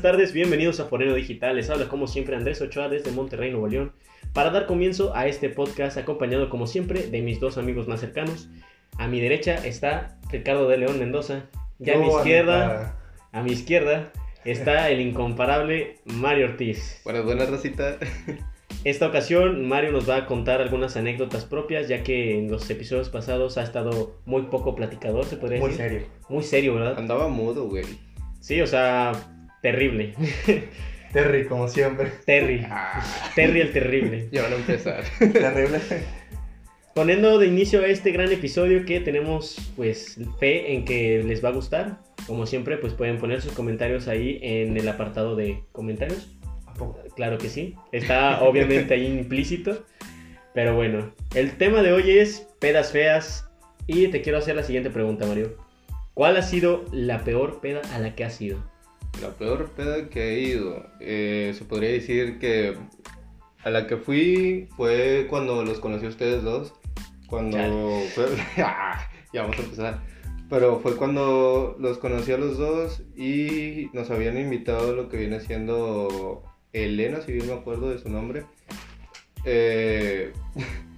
tardes, bienvenidos a Forero Digital. Les habla como siempre Andrés Ochoa desde Monterrey, Nuevo León, para dar comienzo a este podcast acompañado como siempre de mis dos amigos más cercanos. A mi derecha está Ricardo de León Mendoza y a mi Yo, izquierda, a mi izquierda está el incomparable Mario Ortiz. Bueno, buena racita. Esta ocasión Mario nos va a contar algunas anécdotas propias ya que en los episodios pasados ha estado muy poco platicador, se podría Muy decir. serio. Muy serio, ¿verdad? Andaba mudo, güey. Sí, o sea, terrible. Terry, como siempre. Terry. Ah. Terry el terrible. Ya van a empezar. Terrible. Poniendo de inicio a este gran episodio que tenemos pues fe en que les va a gustar. Como siempre pues pueden poner sus comentarios ahí en el apartado de comentarios. ¿A poco? Claro que sí. Está obviamente ahí implícito. Pero bueno, el tema de hoy es pedas feas. Y te quiero hacer la siguiente pregunta, Mario. ¿Cuál ha sido la peor peda a la que has ido? La peor peda que he ido. eh, se podría decir que a la que fui fue cuando los conocí a ustedes dos. Cuando fue... Ah, ya vamos a empezar. Pero fue cuando los conocí a los dos y nos habían invitado lo que viene siendo Elena, si bien me acuerdo de su nombre. Eh,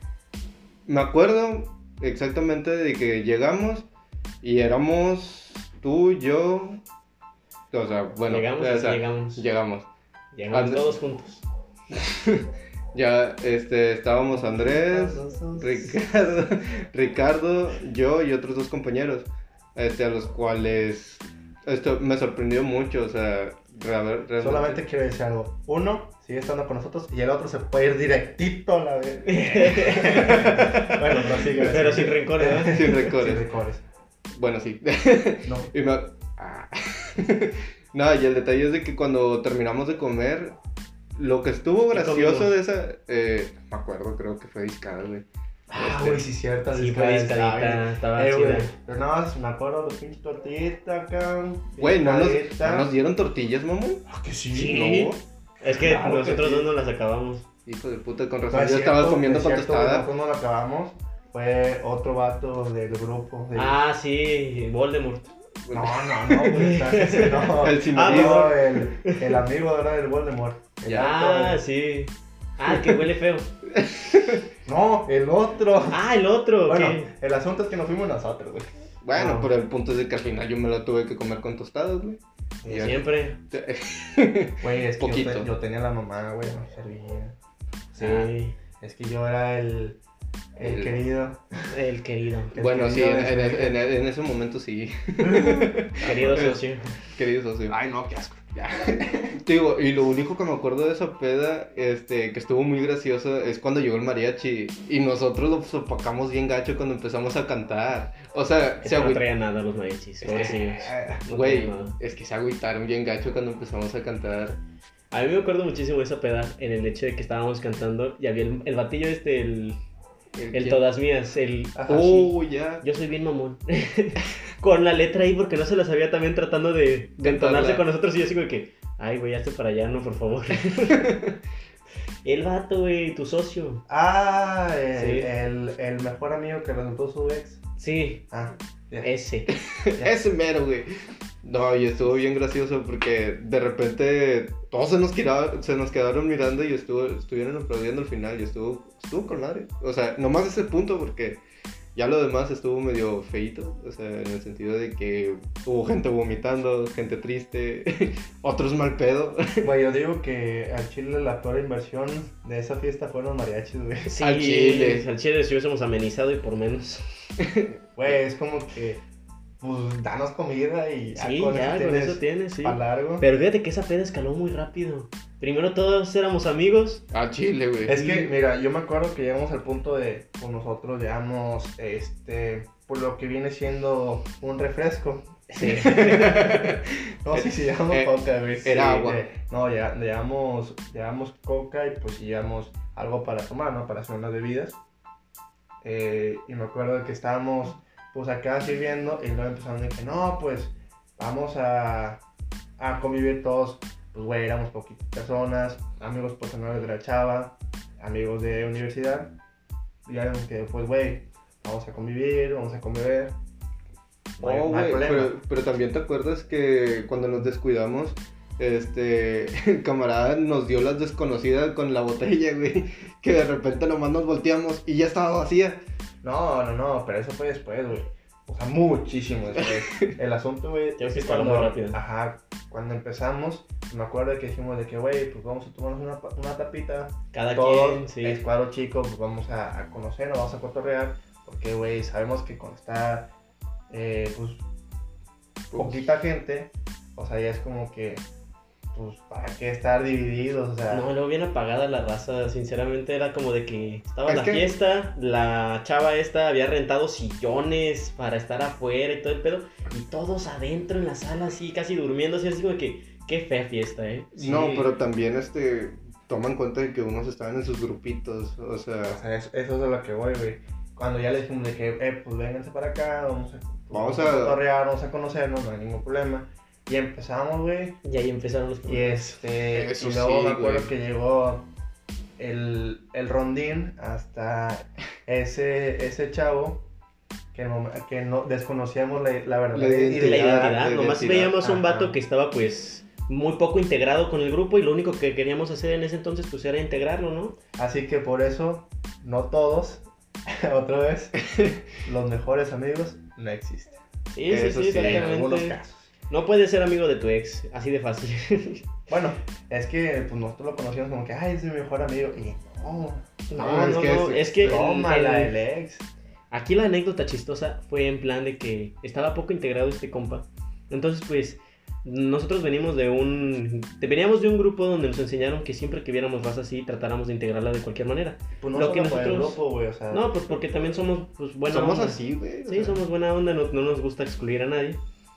me acuerdo exactamente de que llegamos y éramos tú, yo. O sea, bueno, Llegamos, o sea, llegamos. llegamos. Llegamos Antes- todos juntos. Ya este, estábamos Andrés, Ricardo, Ricardo, yo y otros dos compañeros, este, a los cuales esto me sorprendió mucho, o sea, real- realmente- Solamente quiero decir algo. Uno sigue estando con nosotros y el otro se puede ir directito a la vez. bueno, no sigue. Pero sin rencores, ¿verdad? sin recores. Sin recores. Bueno, sí. No. Y me- ah. no, y el detalle es de que cuando terminamos de comer, lo que estuvo ¿Qué gracioso comimos? de esa, eh, me acuerdo, creo que fue discada, güey. Ah, Este, güey, sí, cierta. eh, Sí, fue discadita, estaba Eh, chida. Pero nada más me acuerdo de los pinches tortillitas acá. Güey, ¿no nos, picadita. no nos dieron tortillas, mamón? Ah, que sí. Sí. No. Es que Claro que nosotros sí. dos nos las acabamos. Hijo de puta, con razón. No yo es cierto, estaba comiendo es con cierto, tostada. no fue cuando lo acabamos, fue otro vato del grupo. de- Ah, sí, Voldemort. No, no, no, pues, ese no. El Ah, sinodismo. no, el, el amigo ahora del Voldemort. El Ya. Ah, sí. Ah, que huele feo. otro. No, el otro. Ah, el otro. bueno, ¿qué? el asunto es que nos fuimos nosotros, güey. Bueno, No. pero el punto es de que al final yo me la tuve que comer con tostadas, güey. Y ya- eh, Siempre. Güey, es que yo, Poquito. te- yo tenía la mamá, güey, no servía. Sí. Es que yo era el, Ah. el, El- querido. El querido. El Bueno, sí, en, querido de- en- en- en ese momento sí, Ah, Querido socio. querido socio. Ay, no, qué asco. Te Digo, y lo único que me acuerdo de esa peda, este, que estuvo muy gracioso, es cuando llegó el mariachi y nosotros lo sopacamos bien gacho cuando empezamos a cantar. O sea, Es se que Este no agüitaron, traía nada los mariachis. pobrecillos. Eh, No güey, traía nada. es que se agüitaron bien gacho cuando empezamos a cantar. A mí me acuerdo muchísimo de esa peda en el hecho de que estábamos cantando y había el, el batillo este, el, el ¿quién? todas mías, el Uh, Ajá, Oh, ya. yo soy bien mamón. con la letra ahí porque no se la sabía también tratando de, de entonarse Cantarla. con nosotros y yo sigo de que, ay, güey, hazte para allá, no, por favor. el vato, güey, tu socio. Ah, el, Sí. el, el mejor amigo que resultó su ex. Sí, Ah, ya. ese. Ese mero, güey. No, y estuvo bien gracioso porque de repente todos se nos, quedaba- se nos quedaron mirando y estuvo, estuvieron aplaudiendo al final y estuvo, estuvo con madre. O sea, nomás ese punto porque ya lo demás estuvo medio feito. O sea, en el sentido de que hubo gente vomitando, gente triste, otros mal pedo. Güey, yo digo que al Chile la peor inversión de esa fiesta fueron los mariachis, güey. Sí, Al chile. Al chile si hubiésemos amenizado y por menos. Güey, es como que, pues, danos comida y Sí, con ya, eso con tienes eso tienes, sí. pa' largo. Pero fíjate que esa peda escaló muy rápido. Primero todos éramos amigos. Ah, chile, güey. Es que, mira, yo me acuerdo que llegamos al punto de, pues, nosotros llevamos, este, por lo que viene siendo un refresco. Sí. No, sí, sí, llevamos Eh, coca, güey. Sí, agua. de- no, ya, llevamos, llevamos coca y pues llevamos algo para tomar, ¿no? Para hacer unas bebidas. Eh, y me acuerdo que estábamos, pues acá sirviendo y luego empezaron de que no, pues vamos a, a convivir todos. Pues güey, éramos poquitas personas, amigos personales de la chava, amigos de universidad. Y ya vimos que, pues güey, vamos a convivir, vamos a convivir. Oh, güey, pero, pero también te acuerdas que cuando nos descuidamos, Este, el camarada nos dio las desconocidas con la botella, güey. Que de repente nomás nos volteamos y ya estaba vacía. No, no, no, pero eso fue después, güey. O sea, muchísimo después. El asunto, güey. Ya es fuiste hablando rápido. Ajá, cuando empezamos, me acuerdo que dijimos de que, güey, pues vamos a tomarnos una, pa- una tapita. Cada quien, Todos, sí. el cuadro chico, pues vamos a, a conocernos, vamos a cotorrear. Porque, güey, sabemos que cuando está, eh, pues, Pues, poquita gente, o sea, ya es como que, pues, ¿para qué estar divididos? O sea, No, luego bien apagada la raza, sinceramente era como de que estaba Es la que- fiesta, la chava esta había rentado sillones para estar afuera y todo el pedo, y todos adentro en la sala así, casi durmiendo, así, así como que, qué fea fiesta, eh. sí. No, pero también este toman cuenta de que unos estaban en sus grupitos, o sea, o sea, es- eso es de lo que voy, güey. Cuando ya le dijimos de que, eh, pues, vénganse para acá, vamos a, pues, Vamos a- cotorrear, vamos a conocernos, no hay ningún problema. Y empezamos, güey, Y ahí empezaron los y este, Eso y luego sí, me acuerdo güey. que llegó el, el rondín hasta ese, ese chavo que no, que no desconocíamos la, la verdadera identidad. la La identidad, identidad, nomás identidad, veíamos a un vato ajá. que estaba pues muy poco integrado con el grupo y lo único que queríamos hacer en ese entonces pues era integrarlo, ¿no? Así que por eso, no todos, otra vez, los mejores amigos no existen. Sí, Eso sí, sí, sí, en En algunos exactamente. casos. No puedes ser amigo de tu ex, así de fácil. Bueno, es que pues, nosotros lo conocíamos como que, ay, es mi mejor amigo. Y no, No, Ah, No, es eh. no, que no, es- es que el- tómala el- el ex. Aquí la anécdota chistosa fue en plan de que estaba poco integrado este compa. Entonces, pues, nosotros venimos de un... de- Veníamos de un grupo donde nos enseñaron que siempre que viéramos raza así, tratáramos de integrarla de cualquier manera. Pues no Lo solo que por el nosotros- grupo, güey, o sea. No, pues porque también somos, pues, buena somos onda. así, güey. o Sí, sea. somos buena onda, no, no nos gusta excluir a nadie.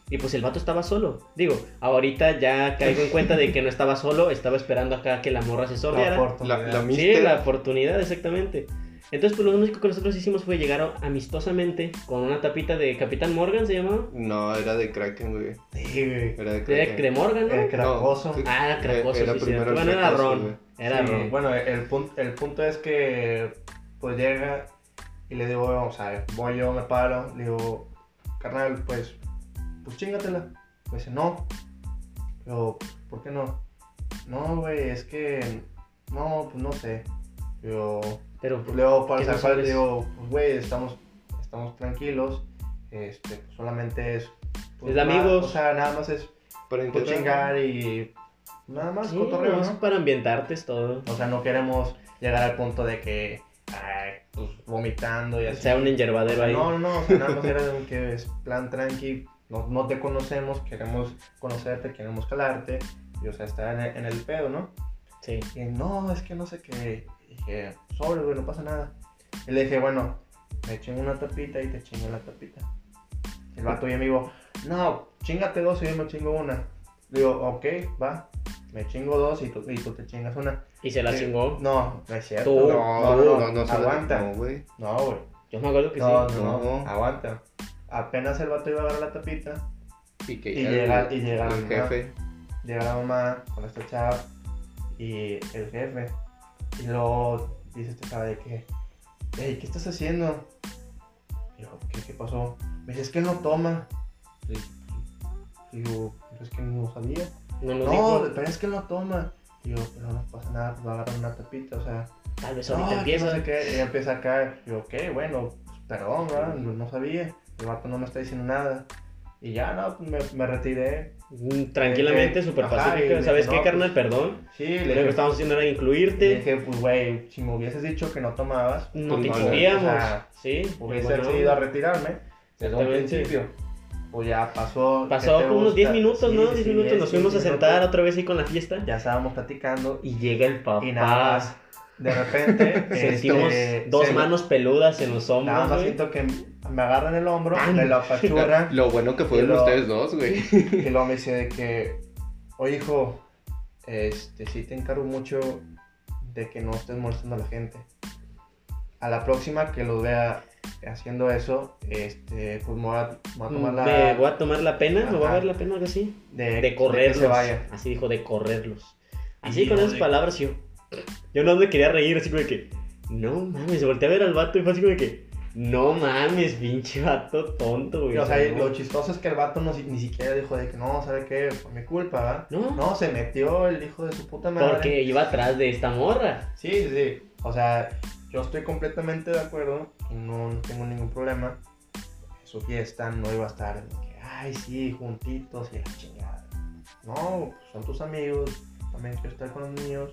Y pues el vato estaba solo. Digo, ahorita ya caigo en cuenta de que no estaba solo, estaba esperando acá que la morra se la sordeara. La, oportunidad. la Sí, mister- la oportunidad, exactamente. Entonces, pues lo único que nosotros hicimos fue llegar a- amistosamente con una tapita de Capitán Morgan, se llamaba. No, era de Kraken, güey. Sí, güey. Era de De, Kraken. de Morgan, El ¿no? cracoso. sí. Ah, era Cracoso, Era sí, primero cierto. el Bueno, era Cracoso, Ron. güey. Era Sí, Ron. Bueno, el, pun- el punto es que pues llega y le digo, vamos a ver, voy yo, me paro, le digo, carnal, pues, pues chingatela. Me dice, no. Le digo, ¿por qué no? No, güey, es que, no, pues no sé. Le digo, Pero pues, le digo, para ¿Qué no sacar, le sabes? digo, pues güey, estamos, estamos tranquilos, este, pues, solamente es... pues, Es de nada- amigos. O sea, nada más es Para pues, intentar- chingar y nada más, sí, cotorreo, nomás ¿no? para ambientarte es todo. O sea, no queremos llegar al punto de que, ay, pues, vomitando y O así. sea, un O enyerbadero sea, ahí. Pues, no, no, no, o sea, nada más era de un que es plan tranqui, no, no te conocemos, queremos conocerte, queremos calarte, y o sea, estar en el, en el pedo, ¿no? Sí. Y no, es que no sé qué, y dije, sobre, güey, no pasa nada. Y le dije, bueno, me chingo una tapita y te chingo la tapita. El vato bien vivo, no, chingate dos y yo me chingo una. Digo, ok, va, me chingo dos y tú, y tú te chingas una. Y se la Sí. chingó. No, no es cierto. Tú. No, No, no, no, no, aguanta. No, güey. No, güey. Yo me acuerdo que No, sí. no, no, No. aguanta. Apenas el vato iba a agarrar la tapita, Y que Y llega- y llega el la jefe. llega la mamá con esta chava y el jefe. Y luego dice esta chava de que, hey, ¿qué estás haciendo? Y yo, ¿qué, qué pasó? Me dice, es que no toma. Y yo, "Pero es que no sabía. No nos No, dijo. pero es que no toma. Y yo, pero no pasa nada, pues va a agarrar una tapita, o sea. Tal vez No, ahorita que empieza. No sé qué, ella empieza a caer. Yo, ok, bueno, pues, perdón, ¿verdad? no, no sabía. El vato no me está diciendo nada. Y ya, no, pues me, me retiré. Mm, Tranquilamente, Eh, súper ajá, y pacífica. dije, ¿Sabes qué, no, carnal? Perdón. Sí, le Lo único que dije, estábamos haciendo era le incluirte. dije, pues, güey, si me hubieses dicho que no tomabas, No te Pues, incluíamos. o sea, sí. hubiese Pues, bueno, accedido a retirarme desde un Exactamente. principio. Pues ya pasó. ¿qué Pasó te como unos gusta? 10 minutos, Sí, ¿no? sí, 10 sí, minutos. Nos 10 fuimos a minutos. sentar otra vez ahí con la fiesta. Ya estábamos platicando. Y llega el papá. Y nada más. De repente, Sentimos este, dos se- manos peludas en los Nada hombros. más güey. siento que me agarran el hombro, ¡Pam! me lo apachurran. Lo bueno que fueron Pero- ustedes dos, güey. Y luego me dice de que, oye hijo, este, sí te encargo mucho de que no estés molestando a la gente. A la próxima que lo vea haciendo eso, este, pues me voy a, me voy a tomar la... Me Mm, voy a tomar la pena, me voy a Ajá. ver la pena, algo así. de, De de que correrlos. se vaya. Así dijo, de correrlos. Así Y con yo esas de- palabras yo. Yo no me quería reír, así como de que. No mames, volteé a ver al vato y fue así como de que. No mames, pinche vato tonto, güey. o sea, no. lo chistoso es que el vato no, si- ni siquiera dijo de que no, ¿sabe qué? Fue mi culpa, ¿verdad? No. No, se metió el hijo de su puta madre. Porque iba atrás de esta morra. Sí, sí, sí. O sea, yo estoy completamente de acuerdo y no, no tengo ningún problema. Su fiesta no iba a estar de que, ay, sí, juntitos y la chingada. No, pues, son tus amigos, también quiero estar con los míos.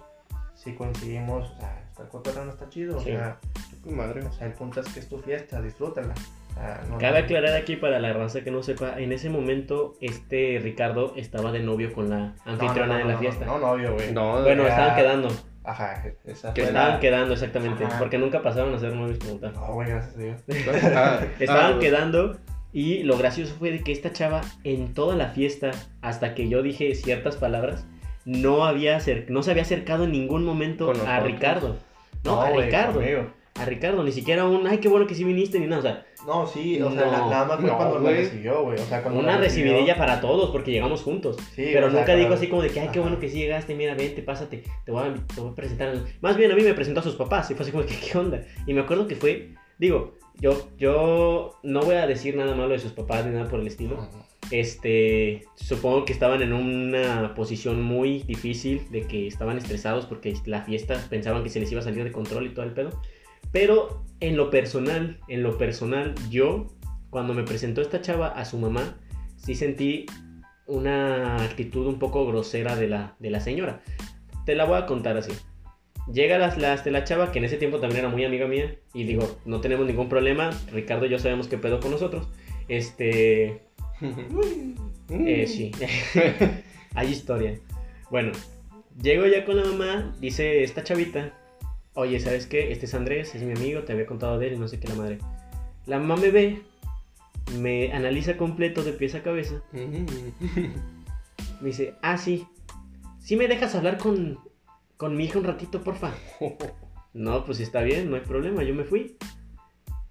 Si conseguimos, o sea, estar cotorreando está chido. Sí. O, sea, Madre. o sea, el punto es que es tu fiesta, disfrútala. O sea, no- Cabe no- aclarar aquí para la raza que no sepa, en ese momento este Ricardo estaba de novio con la no, anfitriona no, no, de no, la no, fiesta. No, novio, güey. No, Bueno, ya. estaban quedando. Ajá, esa Que fue la- Estaban quedando exactamente, Ajá. porque nunca pasaron a ser novios como tal. No, pues. güey, gracias a Dios. Ah, Estaban ah, quedando y lo gracioso fue de que esta chava en toda la fiesta, hasta que yo dije ciertas palabras, no, había acer- no se había acercado en ningún momento Con a nosotros. Ricardo. No, a güey, Ricardo. conmigo. A Ricardo, ni siquiera un, ay, qué bueno que sí viniste, ni nada. O sea, No, sí, o sea, No, la- nada más fue no, cuando lo güey. recibió, güey. O sea, cuando una lo recibió- recibidilla para todos porque llegamos juntos. Sí, Pero o sea, nunca cuando- dijo así como de que, ay, qué Ajá. bueno que sí llegaste, mira, vente, pásate, te voy, a, te voy a presentar. a- Más bien a mí me presentó a sus papás y fue así como que, ¿qué onda? Y me acuerdo que fue, digo, yo, yo no voy a decir nada malo de sus papás ni nada por el estilo. Este, supongo que estaban en una posición muy difícil de que estaban estresados porque la fiesta pensaban que se les iba a salir de control y todo el pedo. Pero en lo personal, en lo personal, yo, cuando me presentó esta chava a su mamá, sí sentí una actitud un poco grosera de la, de la señora. Te la voy a contar así. Llega las, las de la chava, que en ese tiempo también era muy amiga mía, y digo, no tenemos ningún problema, Ricardo y yo sabemos qué pedo con nosotros. Este, Mm. eh, sí. Hay historia. Bueno, llego ya con la mamá, dice esta chavita, oye, ¿sabes qué? Este es Andrés, es mi amigo, te había contado de él y no sé qué la madre. La mamá me ve, me analiza completo de pies a cabeza, me dice, ah, sí, ¿sí me dejas hablar con, con mi hija un ratito, porfa? No, pues está bien, no hay problema, yo me fui.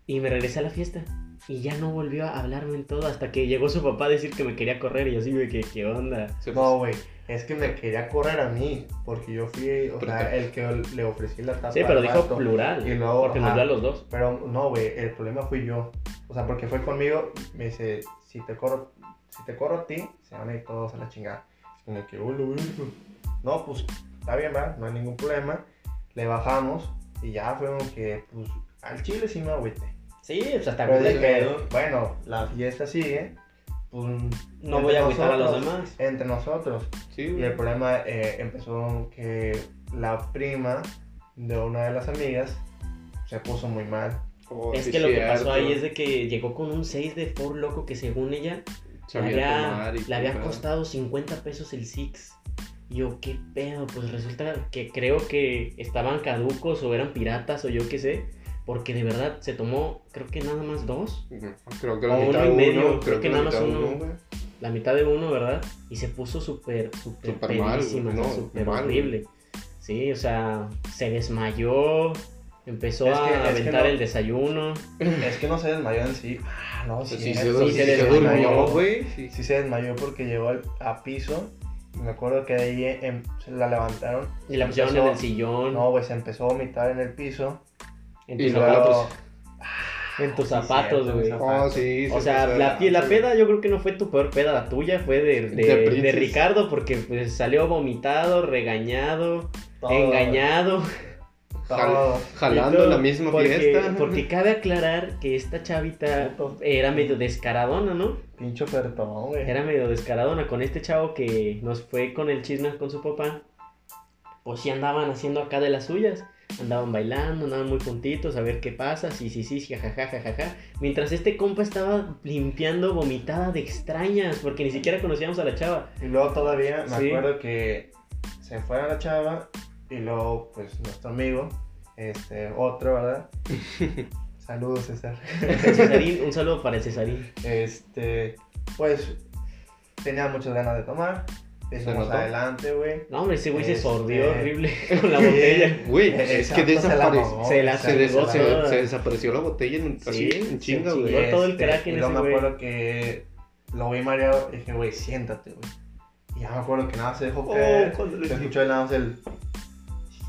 Y me regresé a la fiesta. Y ya no volvió a hablarme en todo hasta que llegó su papá a decir que me quería correr y yo así de que, ¿qué onda? Sí, pues, No, güey, es que me quería correr a mí, porque yo fui, o Porque- sea, el que le ofrecí la tapa. Sí, pero al dijo vato. plural. Y luego, porque nos ajá. dio a los dos. Pero no, güey, el problema fui yo. O sea, porque fue conmigo, me dice, si te corro, si te corro a ti, se van a ir todos a la chingada. Es Como que, "Oh, "Hola, güey". No, pues, está bien, va, no hay ningún problema. Le bajamos y ya fue como que, pues, al chile sí me agüite. Sí, pues hasta Pero que dije, bueno, la fiesta sigue, pues, no entre voy a agüitar a los nosotros, demás. Entre nosotros. sí, Y el problema eh, empezó que la prima de una de las amigas se puso muy mal. Oh, Es sí, que lo que cierto. pasó ahí es de que llegó con un 6 de por loco que según ella le Sabía había, tomar y le había todo. costado 50 pesos el Six. Y yo, ¿qué pedo? Pues resulta que creo que estaban caducos o eran piratas o yo qué sé. Porque de verdad se tomó, creo que nada más dos. No, Creo que O la uno mitad y uno, medio, creo, que, nada más uno. güey. La mitad de uno, ¿verdad? Y se puso súper, súper Súper mal, pedísima, güey, o sea, no, súper mal, güey. horrible. Sí, o sea, se desmayó, empezó Es a que- es que aventar no- el desayuno. Es que no se desmayó en sí. Ah, no, Sí, sí, sí, es- se, sí, sí, se se desmayó. durmió, güey. Sí, sí se desmayó porque llegó al, a piso. Y me acuerdo que de ahí em- se la levantaron. Y la pusieron Empezó- en el sillón, No, güey, se empezó a vomitar en el piso. en, Y tus luego la zapatos, pusieron- en tus sí, zapatos, cierto, güey. en Oh, sí, O se sea, pasó de la, la lanza, peda yo creo que no fue tu peor peda, la tuya fue de, de- De de Princess. Ricardo porque pues, salió vomitado, regañado, Todo, engañado. todo. Y Jalando todo, la misma porque, fiesta. Porque cabe aclarar que esta chavita Puto. era medio descaradona, ¿no? Pincho perdón, güey. Era medio descaradona con este chavo que nos fue con el chisme con su papá. Pues sí andaban haciendo acá de las suyas. Andaban bailando, andaban muy juntitos, a ver qué pasa, sí, sí, sí, sí, jajaja, jajaja. Mientras este compa estaba limpiando vomitada de extrañas, porque ni siquiera conocíamos a la chava. Y luego todavía me Sí. acuerdo que se fue a la chava y luego pues nuestro amigo, este otro, ¿verdad? Saludos César. El Cesarín, un saludo para el Cesarín. Este, pues tenía muchas ganas de tomar. Dijimos notó? adelante, güey. No, hombre, ese güey se Este- sordió horrible con la botella. Güey, El- el es que santo se la desapare- mamó, se la el Se, santo des- chingó la se- toda. se desapareció la botella en, Sí, así, en se chinga, chingó. güey. Llegó todo el crack en Este, y luego ese me güey. acuerdo que lo vi mareado y dije, güey, siéntate, güey. Y ya me acuerdo que nada se dejó Oh, caer. cuando le Eh, se dije- escuchó el nada más el.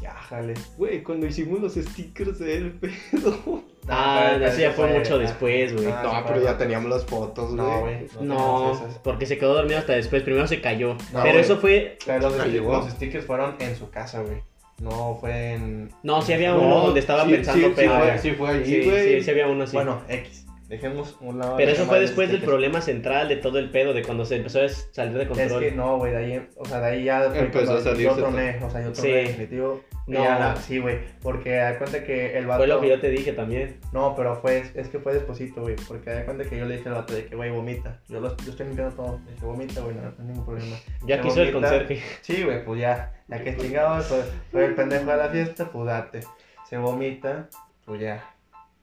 Ya, González. Güey, cuando hicimos los stickers del pedo. Ah, pero eso ya fue mucho ah, después, güey. ah, No, sí, pero fue- ya teníamos las fotos, güey. No, güey. No, teníamos esas. porque se quedó dormido hasta después. Primero se cayó. No, pero güey. eso fue. Pero los, Ah, llegó. los stickers fueron en su casa, güey. No fue en. No, sí había No, uno donde estaba sí, pensando sí, sí, pedo. fue- Sí, fue Sí, allí, sí, güey. sí había uno así. Bueno, X. Dejemos un lado. pero el eso tema fue de los después del stickers. problema central de todo el pedo, de cuando se empezó a salir de Es control. que no, güey, de ahí, em, o sea, de ahí ya fue Empezó cuando a salirse Yo todo. tomé, o sea, yo tomé Sí. definitivo. No. No. sí, güey, porque da cuenta que el vato... Fue lo que yo te dije también. No, pero fue, es que fue desposito, güey, porque da cuenta que yo le dije al vato de que, güey, vomita. Yo, los- yo estoy limpiando todo. Le dije, vomita, güey, no, no hay ningún problema. Ya Me quiso el vomita. conserje. Sí, güey, pues ya, ya que chingados, soy, soy el pendejo de la fiesta, pues date. Se vomita, pues ya.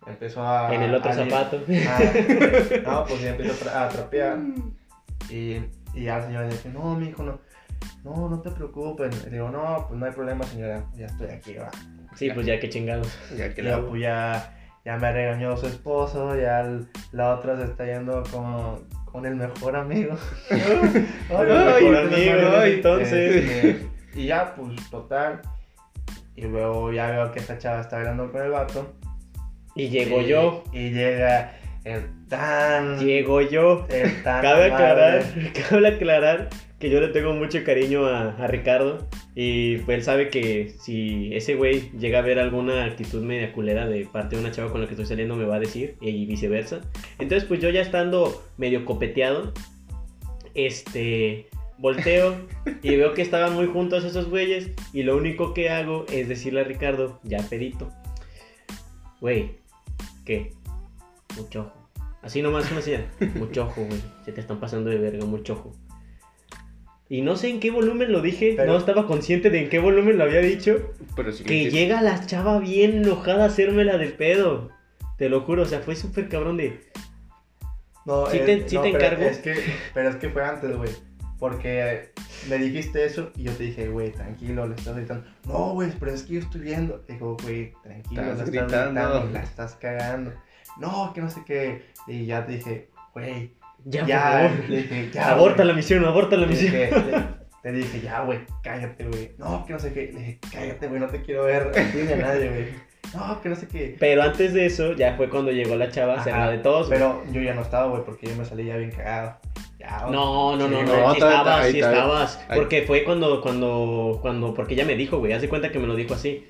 Empezó a... en el otro a- zapato. Ah, no, pues ya empiezo a tra- a trapear. Y, y ya la señora dice, no, mi hijo, no, no, no te preocupes. Le digo, no, pues no hay problema, señora, ya estoy aquí, va. Sí, pues ya que chingados. Ya Y que luego, la- pues ya, ya me regañó su esposo, ya el- la otra se está yendo con, con el mejor amigo. Ay, Ay, mejor amigo, ay, entonces. Este, y ya, pues, total. Y luego ya veo que esta chava está hablando con el vato. Y llego Y- yo. Y llega el tan... Llego yo. el tan Cabe aclarar, amable. cabe aclarar que yo le tengo mucho cariño a, a Ricardo y pues, él sabe que si ese güey llega a ver alguna actitud media culera de parte de una chava con la que estoy saliendo me va a decir y viceversa. Entonces pues yo ya estando medio copeteado, este, volteo y veo que estaban muy juntos esos güeyes y lo único que hago es decirle a Ricardo, ya pedito, güey, ¿qué? Mucho ojo. Así nomás una señal. Mucho ojo, güey. Se te están pasando de verga, mucho ojo. Y no sé en qué volumen lo dije, Pero- no estaba consciente de en qué volumen lo había dicho. Pero sí lo Que hiciste. llega la chava bien enojada a hacérmela del pedo. Te lo juro, o sea, fue súper cabrón de... No, Sí eh, te- sí no, te pero encargo. Es que, pero es que fue antes, güey. Porque me dijiste eso y yo te dije, güey, tranquilo, le estás gritando. No, güey, pero es que yo estoy viendo. Dijo, güey, tranquilo, Estás la estás gritando. gritando, la estás cagando. No, que no sé qué. Y ya te dije, güey, Ya, ya, por favor. le dije, ya. Aborta güey". la misión, aborta la Le misión. dije, le- Te dije, ya, güey, cállate, güey. No, que no sé qué. Le dije, cállate, güey, no te quiero ver así ni a nadie, güey. No, que no sé qué. Pero antes de eso, ya fue cuando llegó la chava a hacerla Ajá, de todos. güey. Pero yo ya no estaba, güey, porque yo me salí ya bien cagado. Ya, güey. No, no, Sí, no, güey. no, No, sí está- estabas, ahí sí está. estabas. Ahí. Porque fue cuando, cuando, cuando, porque ella me dijo, güey, haz de cuenta que me lo dijo así,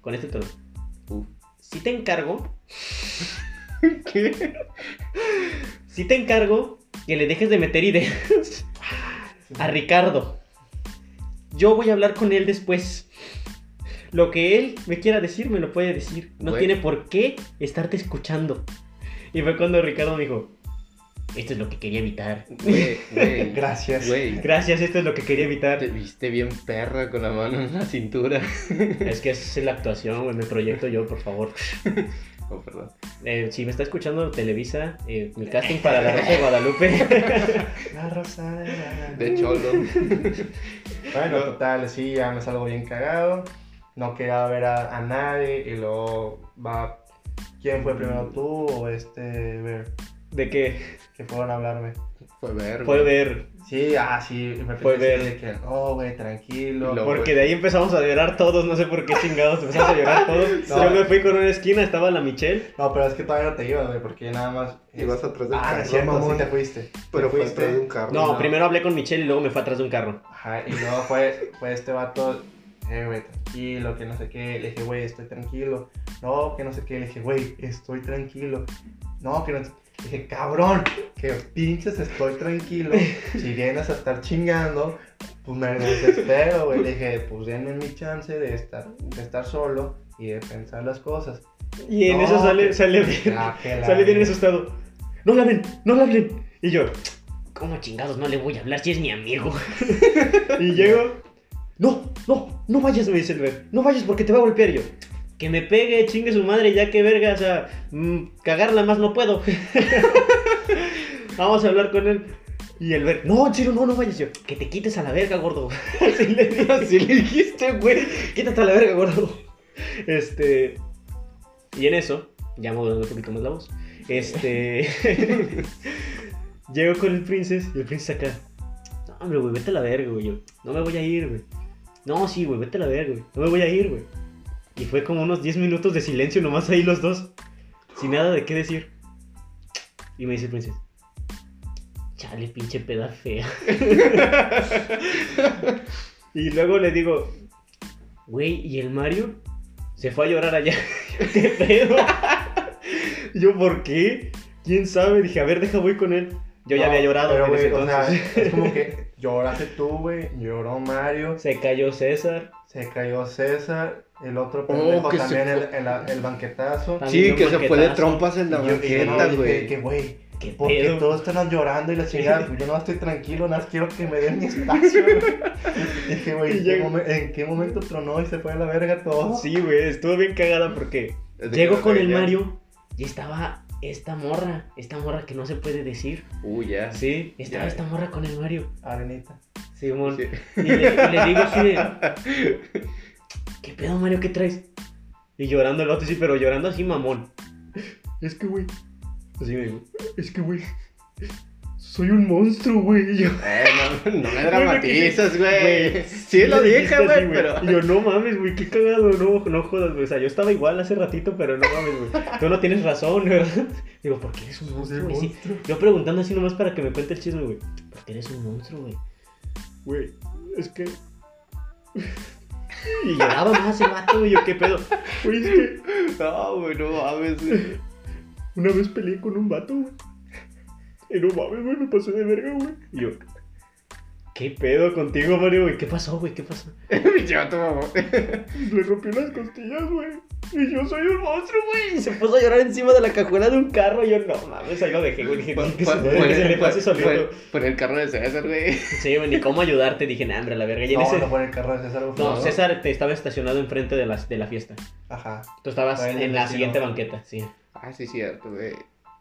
con este tono. Uf. Si te encargo, ¿Qué? si te encargo que le dejes de meter ideas a Ricardo. Yo voy a hablar con él después. Lo que él me quiera decir, me lo puede decir. No Güey. tiene por qué estarte escuchando. Y fue cuando Ricardo me dijo, esto es lo que quería evitar. Güey, güey. Gracias. Güey, Gracias, esto es lo que quería evitar. te viste bien perra con la mano en la cintura. Es que es la actuación, güey. Me proyecto yo, por favor. Oh, perdón. Eh, si me está escuchando Televisa, eh, mi casting para la Rosa de Guadalupe. La rosa de la- Mm. De cholo. Bueno, total, sí, ya me salgo bien cagado. No quería ver a, a nadie y luego va. ¿Quién fue primero tú o este ver? De que Que fueron a hablarme. Fue ver. puede güey. ver. Sí, ah, sí, me Fue pensé Ver. de que, oh, güey, tranquilo. Lo- Porque de ahí empezamos a llorar todos. No sé por qué chingados empezamos a llorar todos. No. Yo me fui con una esquina, estaba la Michelle. No, pero es que todavía no te ibas, güey, porque nada más. Ibas atrás del Ah, no carro, es cierto, mamón. sí te fuiste. Pero Te fue fuiste. atrás de un carro. No, primero hablé con Michelle y luego me fue atrás de un carro. Ajá, y luego fue, fue este vato, eh, güey, tranquilo, que no sé qué. Le dije, güey, estoy tranquilo. No, que no sé qué. Le dije, güey, estoy tranquilo. No, que no sé Le dije, cabrón, que pinches estoy tranquilo. Si vienes a estar chingando, pues me desespero, güey. Le dije, pues denme mi chance de estar, de estar solo y de pensar las cosas. Y en No, eso sale, que- sale bien. Ah, que la- Sale bien asustado. No le hablen, no le hablen. Y yo, ¿cómo chingados no le voy a hablar si es mi amigo? y llego, no, no, no vayas, me dice el ver. No vayas porque te va a golpear Y yo. Que me pegue, chingue su madre, ya que verga, o sea, mm, cagarla más no puedo. Vamos a hablar con él. Y el ver, no, en serio, no, no vayas. Y Yo, que te quites a la verga, gordo. Así le, dije, así le dijiste, güey, quítate a la verga, gordo. Este. Y en eso, ya modulando un poquito más la voz. Este. Llego con el princes y el princes acá. No, hombre, güey, vete a la verga, güey. Yo, no me voy a ir, güey. No, sí, güey, vete a la verga, güey. No me voy a ir, güey. Y fue como unos 10 minutos de silencio nomás ahí los dos. Sin nada de qué decir. Y me dice el princesa. Chale, pinche peda fea. y luego le digo, güey, ¿y el Mario? Se fue a llorar allá. ¿Qué pedo? Yo, ¿por qué? ¿Quién sabe? Dije, a ver, deja, voy con él. Yo ya No, había llorado Pero, en ese güey, o sea, entonces. es como que lloraste tú, güey. Lloró Mario. Se cayó César. Se cayó César. El otro Oh, pendejo que se también, el, fue. el, el banquetazo. También Sí, un que se fue de banquetazo. trompas en la Y yo- y yo no, banqueta, dije güey. que, güey, ¿Qué pedo? porque todos están llorando y la chingada? Pues yo no estoy tranquilo, nada más quiero que me den mi espacio. güey. Dije, güey, Y ¿en qué llega- momen- ¿en qué momento tronó y se fue a la verga todo? Sí, güey, estuvo bien cagada porque Es de llego que con el ya- Mario y estaba esta morra, esta morra que no se puede decir. Uy, ya. Sí. Ah, Sí, estaba ya. esta morra con el Mario. Arenita. Simón. Y, le, y le digo así de, ¿qué pedo, Mario? ¿Qué traes? Y llorando el otro, sí, pero llorando así, mamón. Es que, güey. Así me digo, es que, güey. Soy un monstruo, güey. Y yo, Eh, no, no me Güey, dramatizas, güey. güey, Sí lo le dije, dijiste así, güey, pero... este Y yo, no mames, güey, qué cagado, no, no jodas, güey. O sea, yo estaba igual hace ratito, pero no mames, güey. Tú no tienes razón, ¿verdad? Digo, ¿por qué eres un monstruo, güey? Sí. Yo preguntando así nomás para que me cuente el chisme, güey. ¿Por qué eres un monstruo, güey? Güey, es que... Y lloraba más ese vato, güey, yo, ¿qué pedo? Güey, es que No, güey, no mames. güey. una vez peleé con un vato, güey. Y no mames, güey, me pasé de verga, güey. Y yo... ¿Qué pedo contigo, Mario, güey? ¿Qué pasó, güey? ¿Qué pasó? Yo te mamá. Le rompió las costillas, güey. Y yo soy un monstruo, güey. Y se puso a llorar encima de la cajuela de un carro. Y yo, no mames, ahí lo dejé, güey. Dije, que se, que se le pase solito. Por el carro de César, güey. Sí, güey, ni cómo ayudarte. Dije, nah, hombre, la verga. Y en No, ese- no fue en el carro de César. por No, favor. César te estaba estacionado enfrente de la, de la fiesta. Ajá. Tú estabas Bueno, en la sí, siguiente no. banqueta, sí. Ah, sí, cierto, güey.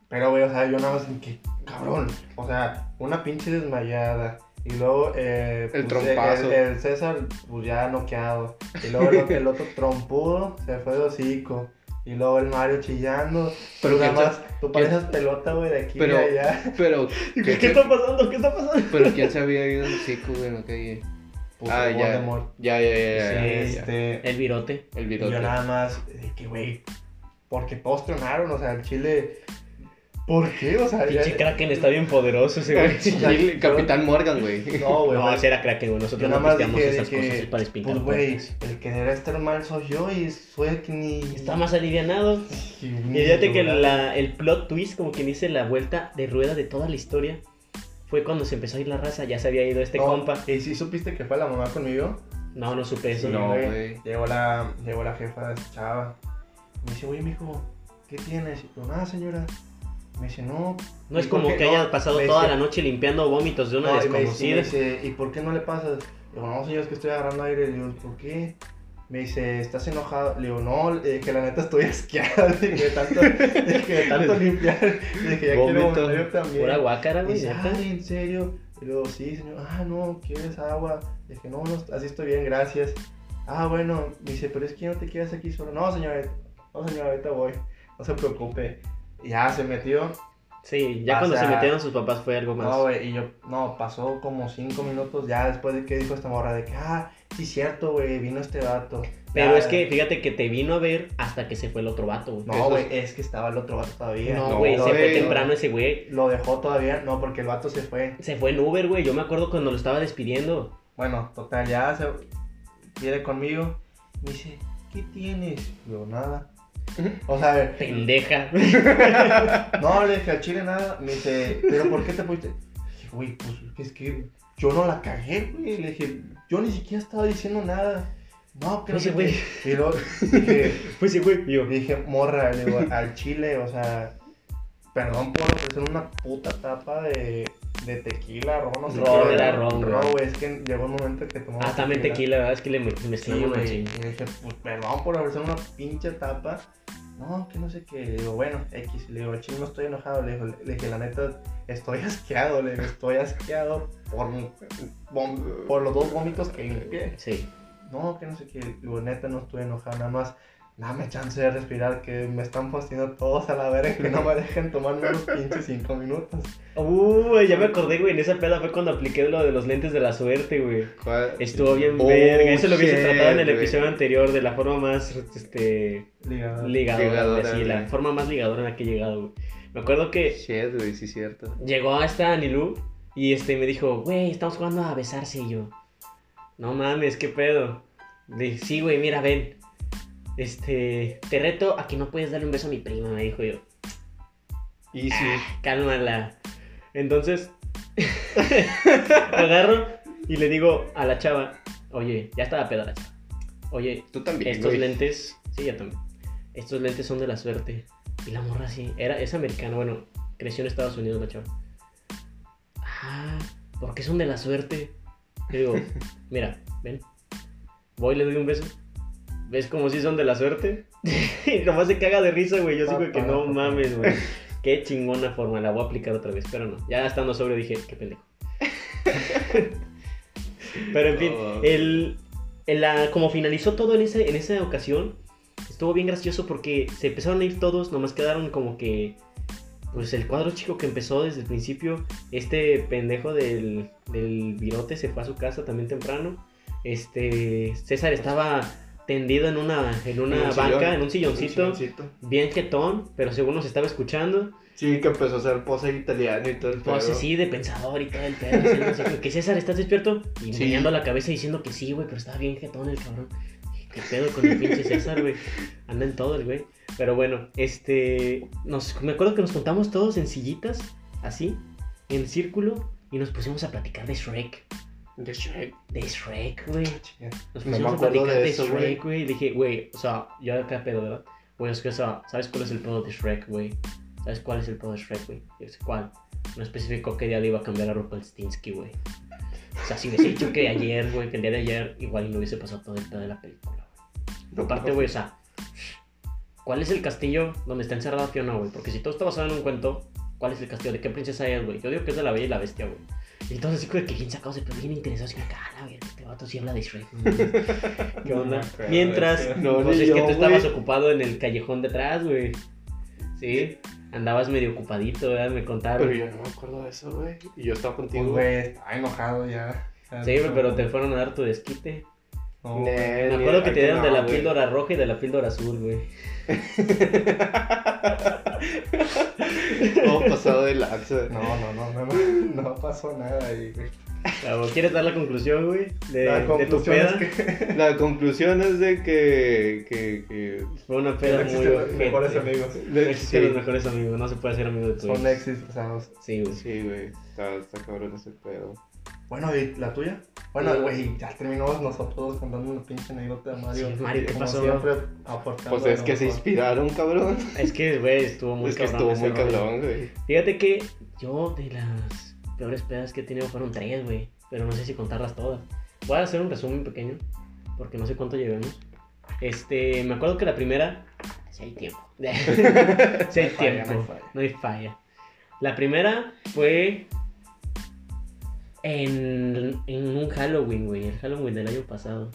Pero, güey, o sea, yo nada más en que, cabrón, o sea, una pinche desmayada. Y luego, eh, El pues, trompazo. El, el César, pues ya noqueado. Y luego el, otro- el otro trompudo se fue de hocico. Y luego el Mario chillando. Pero Pero nada piensa- más, tú pareces pelota, güey, de aquí Pero- a allá. Pero, ¿Qué, ¿qué- ¿Qué está pasando? ¿Qué está pasando? pero ¿quién se había ido el hocico, güey? No caí. Pues, Ah, ya. Voldemort. Ya, ya, ya, ya, ya, ya. Este, El virote. El yo virote. nada más, de que, güey, porque todos tronaron, o sea, el chile. ¿Por qué? O sea, Pinche ya- Kraken está bien poderoso ese güey. Y el Capitán Morgan, güey. No, güey. No, güey. ese era Kraken, güey. Yo Nosotros nada no más pisteamos dije de esas cosas es que, para espintar. pues güey, puertas. el que debería estar mal soy yo y fue que ni... Está más alivianado. Y Y fíjate que la- el plot twist, como quien dice, la vuelta de rueda de toda la historia, fue cuando se empezó a ir la raza, ya se había ido este compa. ¿Y si supiste que fue la mamá conmigo? No, no supe eso. Sí, no, güey. güey. Llegó la, llegó la jefa de esa chava. Me dice, oye, mijo, ¿qué tienes? Y yo, nada, señora. Me dice, no. No es ¿Y por como qué que no? haya pasado Me toda dice- la noche limpiando vómitos de una No, y me dice- y me desconocida. dice, ¿y por qué no le pasas? Le digo, no, señor, es que estoy agarrando aire. Le digo, ¿por qué? Me dice, ¿estás enojado? Le digo, no, eh, que la neta estoy asqueado. Dije, de tanto, dije, de tanto limpiar. Dije, ya quiero Vómito. vomitar yo también. Pura guácara, güey. Dice, neta. ay, ¿en serio? Y luego, sí, señor. Ah, no, ¿quieres agua? Le dije, no, no, así estoy bien, gracias. Ah, bueno, me dice, pero es que no te quedas aquí solo. No, señor, no, señor, ahorita voy. No se preocupe. Y ya se metió. Sí, ya O cuando sea, se metieron sus papás fue algo más. No, güey, y yo, no, pasó como cinco minutos ya después de que dijo esta morra de que, ah, sí, cierto, güey, vino este vato. Pero Ya, es que fíjate que te vino a ver hasta que se fue el otro vato, güey. No, güey, es que estaba el otro vato todavía. No, no, güey, se fue güey. temprano ese güey. Lo dejó todavía, no, porque el vato se fue. Se fue en Uber, güey. Yo me acuerdo cuando lo estaba despidiendo. Bueno, total, ya se viene conmigo. Me dice, ¿qué tienes? Yo, nada. O sea, Pendeja. no le dije al chile nada. Me dice, ¿pero por qué te pusiste? Dije, güey, pues es que yo no la cagué, güey. Le dije, yo ni siquiera estaba diciendo nada. No, que no Oye, sé qué". güey. Y luego dije, Pues sí, güey. Yo, dije, morra, le digo, al chile, o sea, perdón por ofrecer una puta tapa de, de tequila, ron, no sé Ron, qué, era güey. ron, güey. No, güey, es que llegó un momento que tomamos. Ah, también tequila, la verdad es que le me- mezclé Sí, una güey. Y chinga. le dije, pues perdón por ofrecer una pinche tapa. No, que no sé qué. Le digo, bueno, X. Le digo, al chile no estoy enojado. Le, digo, le dije, la neta, estoy asqueado. Le digo, estoy asqueado por, mi- vom- por los dos vómitos que limpié. Sí. No, que no sé qué. Le digo, neta, no estoy enojado. Nada más dame chance de respirar, que me están fastidiando todos a la verga, que no me dejen tomar unos pinches cinco minutos. Uy, ya me acordé, Uh, güey. En esa peda fue cuando apliqué lo de los lentes de la suerte, güey. ¿Cuál? Estuvo bien Oh, verga. Eso lo hubiese shit, tratado en el güey. episodio anterior de la forma más este, Ligado. ligadora. Ligadora, sí, la güey. forma más ligadora en la que he llegado, güey. Me acuerdo que Shit, güey, sí, cierto. llegó hasta Anilú y este me dijo, güey, estamos jugando a besarse y yo. No mames, qué pedo. Le dije, sí, güey, mira, ven. Este, te reto a que no puedes darle un beso a mi prima, me dijo yo. Y sí. Cálmala. Entonces, agarro y le digo a la chava, oye, ya estaba peda la chava. Oye, Tú también. estos güey. lentes, sí, ya también. Estos lentes son de la suerte. Y la morra sí, era, es americana, bueno, creció en Estados Unidos la chava. Ah, ¿por qué son de la suerte? Yo digo, mira, ven. Voy, le doy un beso. ¿Ves como si son de la suerte? y nomás se caga de risa, güey. Yo digo que no mames, güey. Qué chingona forma, la voy a aplicar otra vez, pero no. Ya estando sobrio dije, qué pendejo. pero en fin, Oh. el, el- la- como finalizó todo en, ese, en esa ocasión, estuvo bien gracioso porque se empezaron a ir todos, nomás quedaron como que... Pues el cuadro chico que empezó desde el principio, este pendejo del, del virote se fue a su casa también temprano. Este César estaba tendido en una, en una En un banca, sillón. en un silloncito, bien jetón, pero según nos estaba escuchando, Sí, que empezó a hacer pose italiana y todo el Pues pedo. sí, de pensador y todo el pedo. diciendo así, como que César, ¿estás despierto? Y Sí. meneando la cabeza diciendo que sí, güey, pero estaba bien jetón el cabrón. Dije, ¿Qué pedo con el pinche César, güey? Anda en todo el güey. Pero bueno, este. Nos, me acuerdo que nos juntamos todos en sillitas, así, en círculo, y nos pusimos a platicar de Shrek. De Shrek. De Shrek, güey. Chinga. Nos No me pusimos a acuerdo platicar de, de eso, güey. Shrek, güey. Le dije, güey, o sea, yo acá pedo, ¿verdad? Güey, es que, o sea, ¿sabes cuál es el pedo de Shrek, güey? ¿Sabes cuál es el pedo de Shrek, güey? Yo sé cuál. No especificó qué día le iba a cambiar a Rumpelstiltskin, güey. O sea, si hubiese dicho que ayer, güey, que el día de ayer, igual y no hubiese pasado todo el pedo de la película, güey. Aparte, güey, o sea, ¿cuál es el castillo donde está encerrada Fiona, güey? Porque si todo está basado en un cuento, ¿cuál es el castillo? ¿De qué princesa es, güey? Yo digo que es de la Bella y la Bestia, güey. Y entonces, sí, como que bien sacado, se pero bien interesado, así como que, ah, la verga, este vato sí habla de Shrek. güey". ¿Qué onda? No me acuerdo de Mientras, eso. No, pues ni es que yo, tú estabas güey. ocupado en el callejón detrás, güey. Sí, andabas medio ocupadito, ¿verdad? Me contaron. Pero yo no me acuerdo de eso, güey. Y yo estaba Pues, contigo. güey, estaba enojado ya. Sí, güey, pero te fueron a dar tu desquite. No, Nah, güey. Me ni acuerdo que era te dieron de no, la güey. píldora roja y de la píldora azul, güey. Todo pasado de lanza. No, no, no, no, no, no pasó nada ahí, güey. Chavo, ¿Quieres dar la conclusión, güey? De, La de tu conclusión peda. es que La conclusión es de que. que, que... Fue una no peda muy existen los mejores ojete. amigos. No existen los mejores amigos, no se puede ser amigo de tu ex. Son ex disfrazados. Sí, güey. Sí, güey. Está, está cabrón ese pedo. Bueno, ¿y la tuya? Bueno, güey, ya terminamos nosotros contando una pinche anécdota de Mario. Sí, Mario, ¿qué Como pasó? siempre, aportando Pues de es lo que se mejor. inspiraron, cabrón. Es que, güey, estuvo muy es que cabrón. estuvo ese muy rollo. cabrón, güey. Fíjate que yo de las peores pedas que he tenido fueron tres, güey. Pero no sé si contarlas todas. Voy a hacer un resumen pequeño, porque no sé cuánto llevemos. Este, me acuerdo que la primera... Si hay tiempo. si hay No hay falla, tiempo. No hay falla. La primera fue en, en un Halloween, güey. El Halloween del año pasado.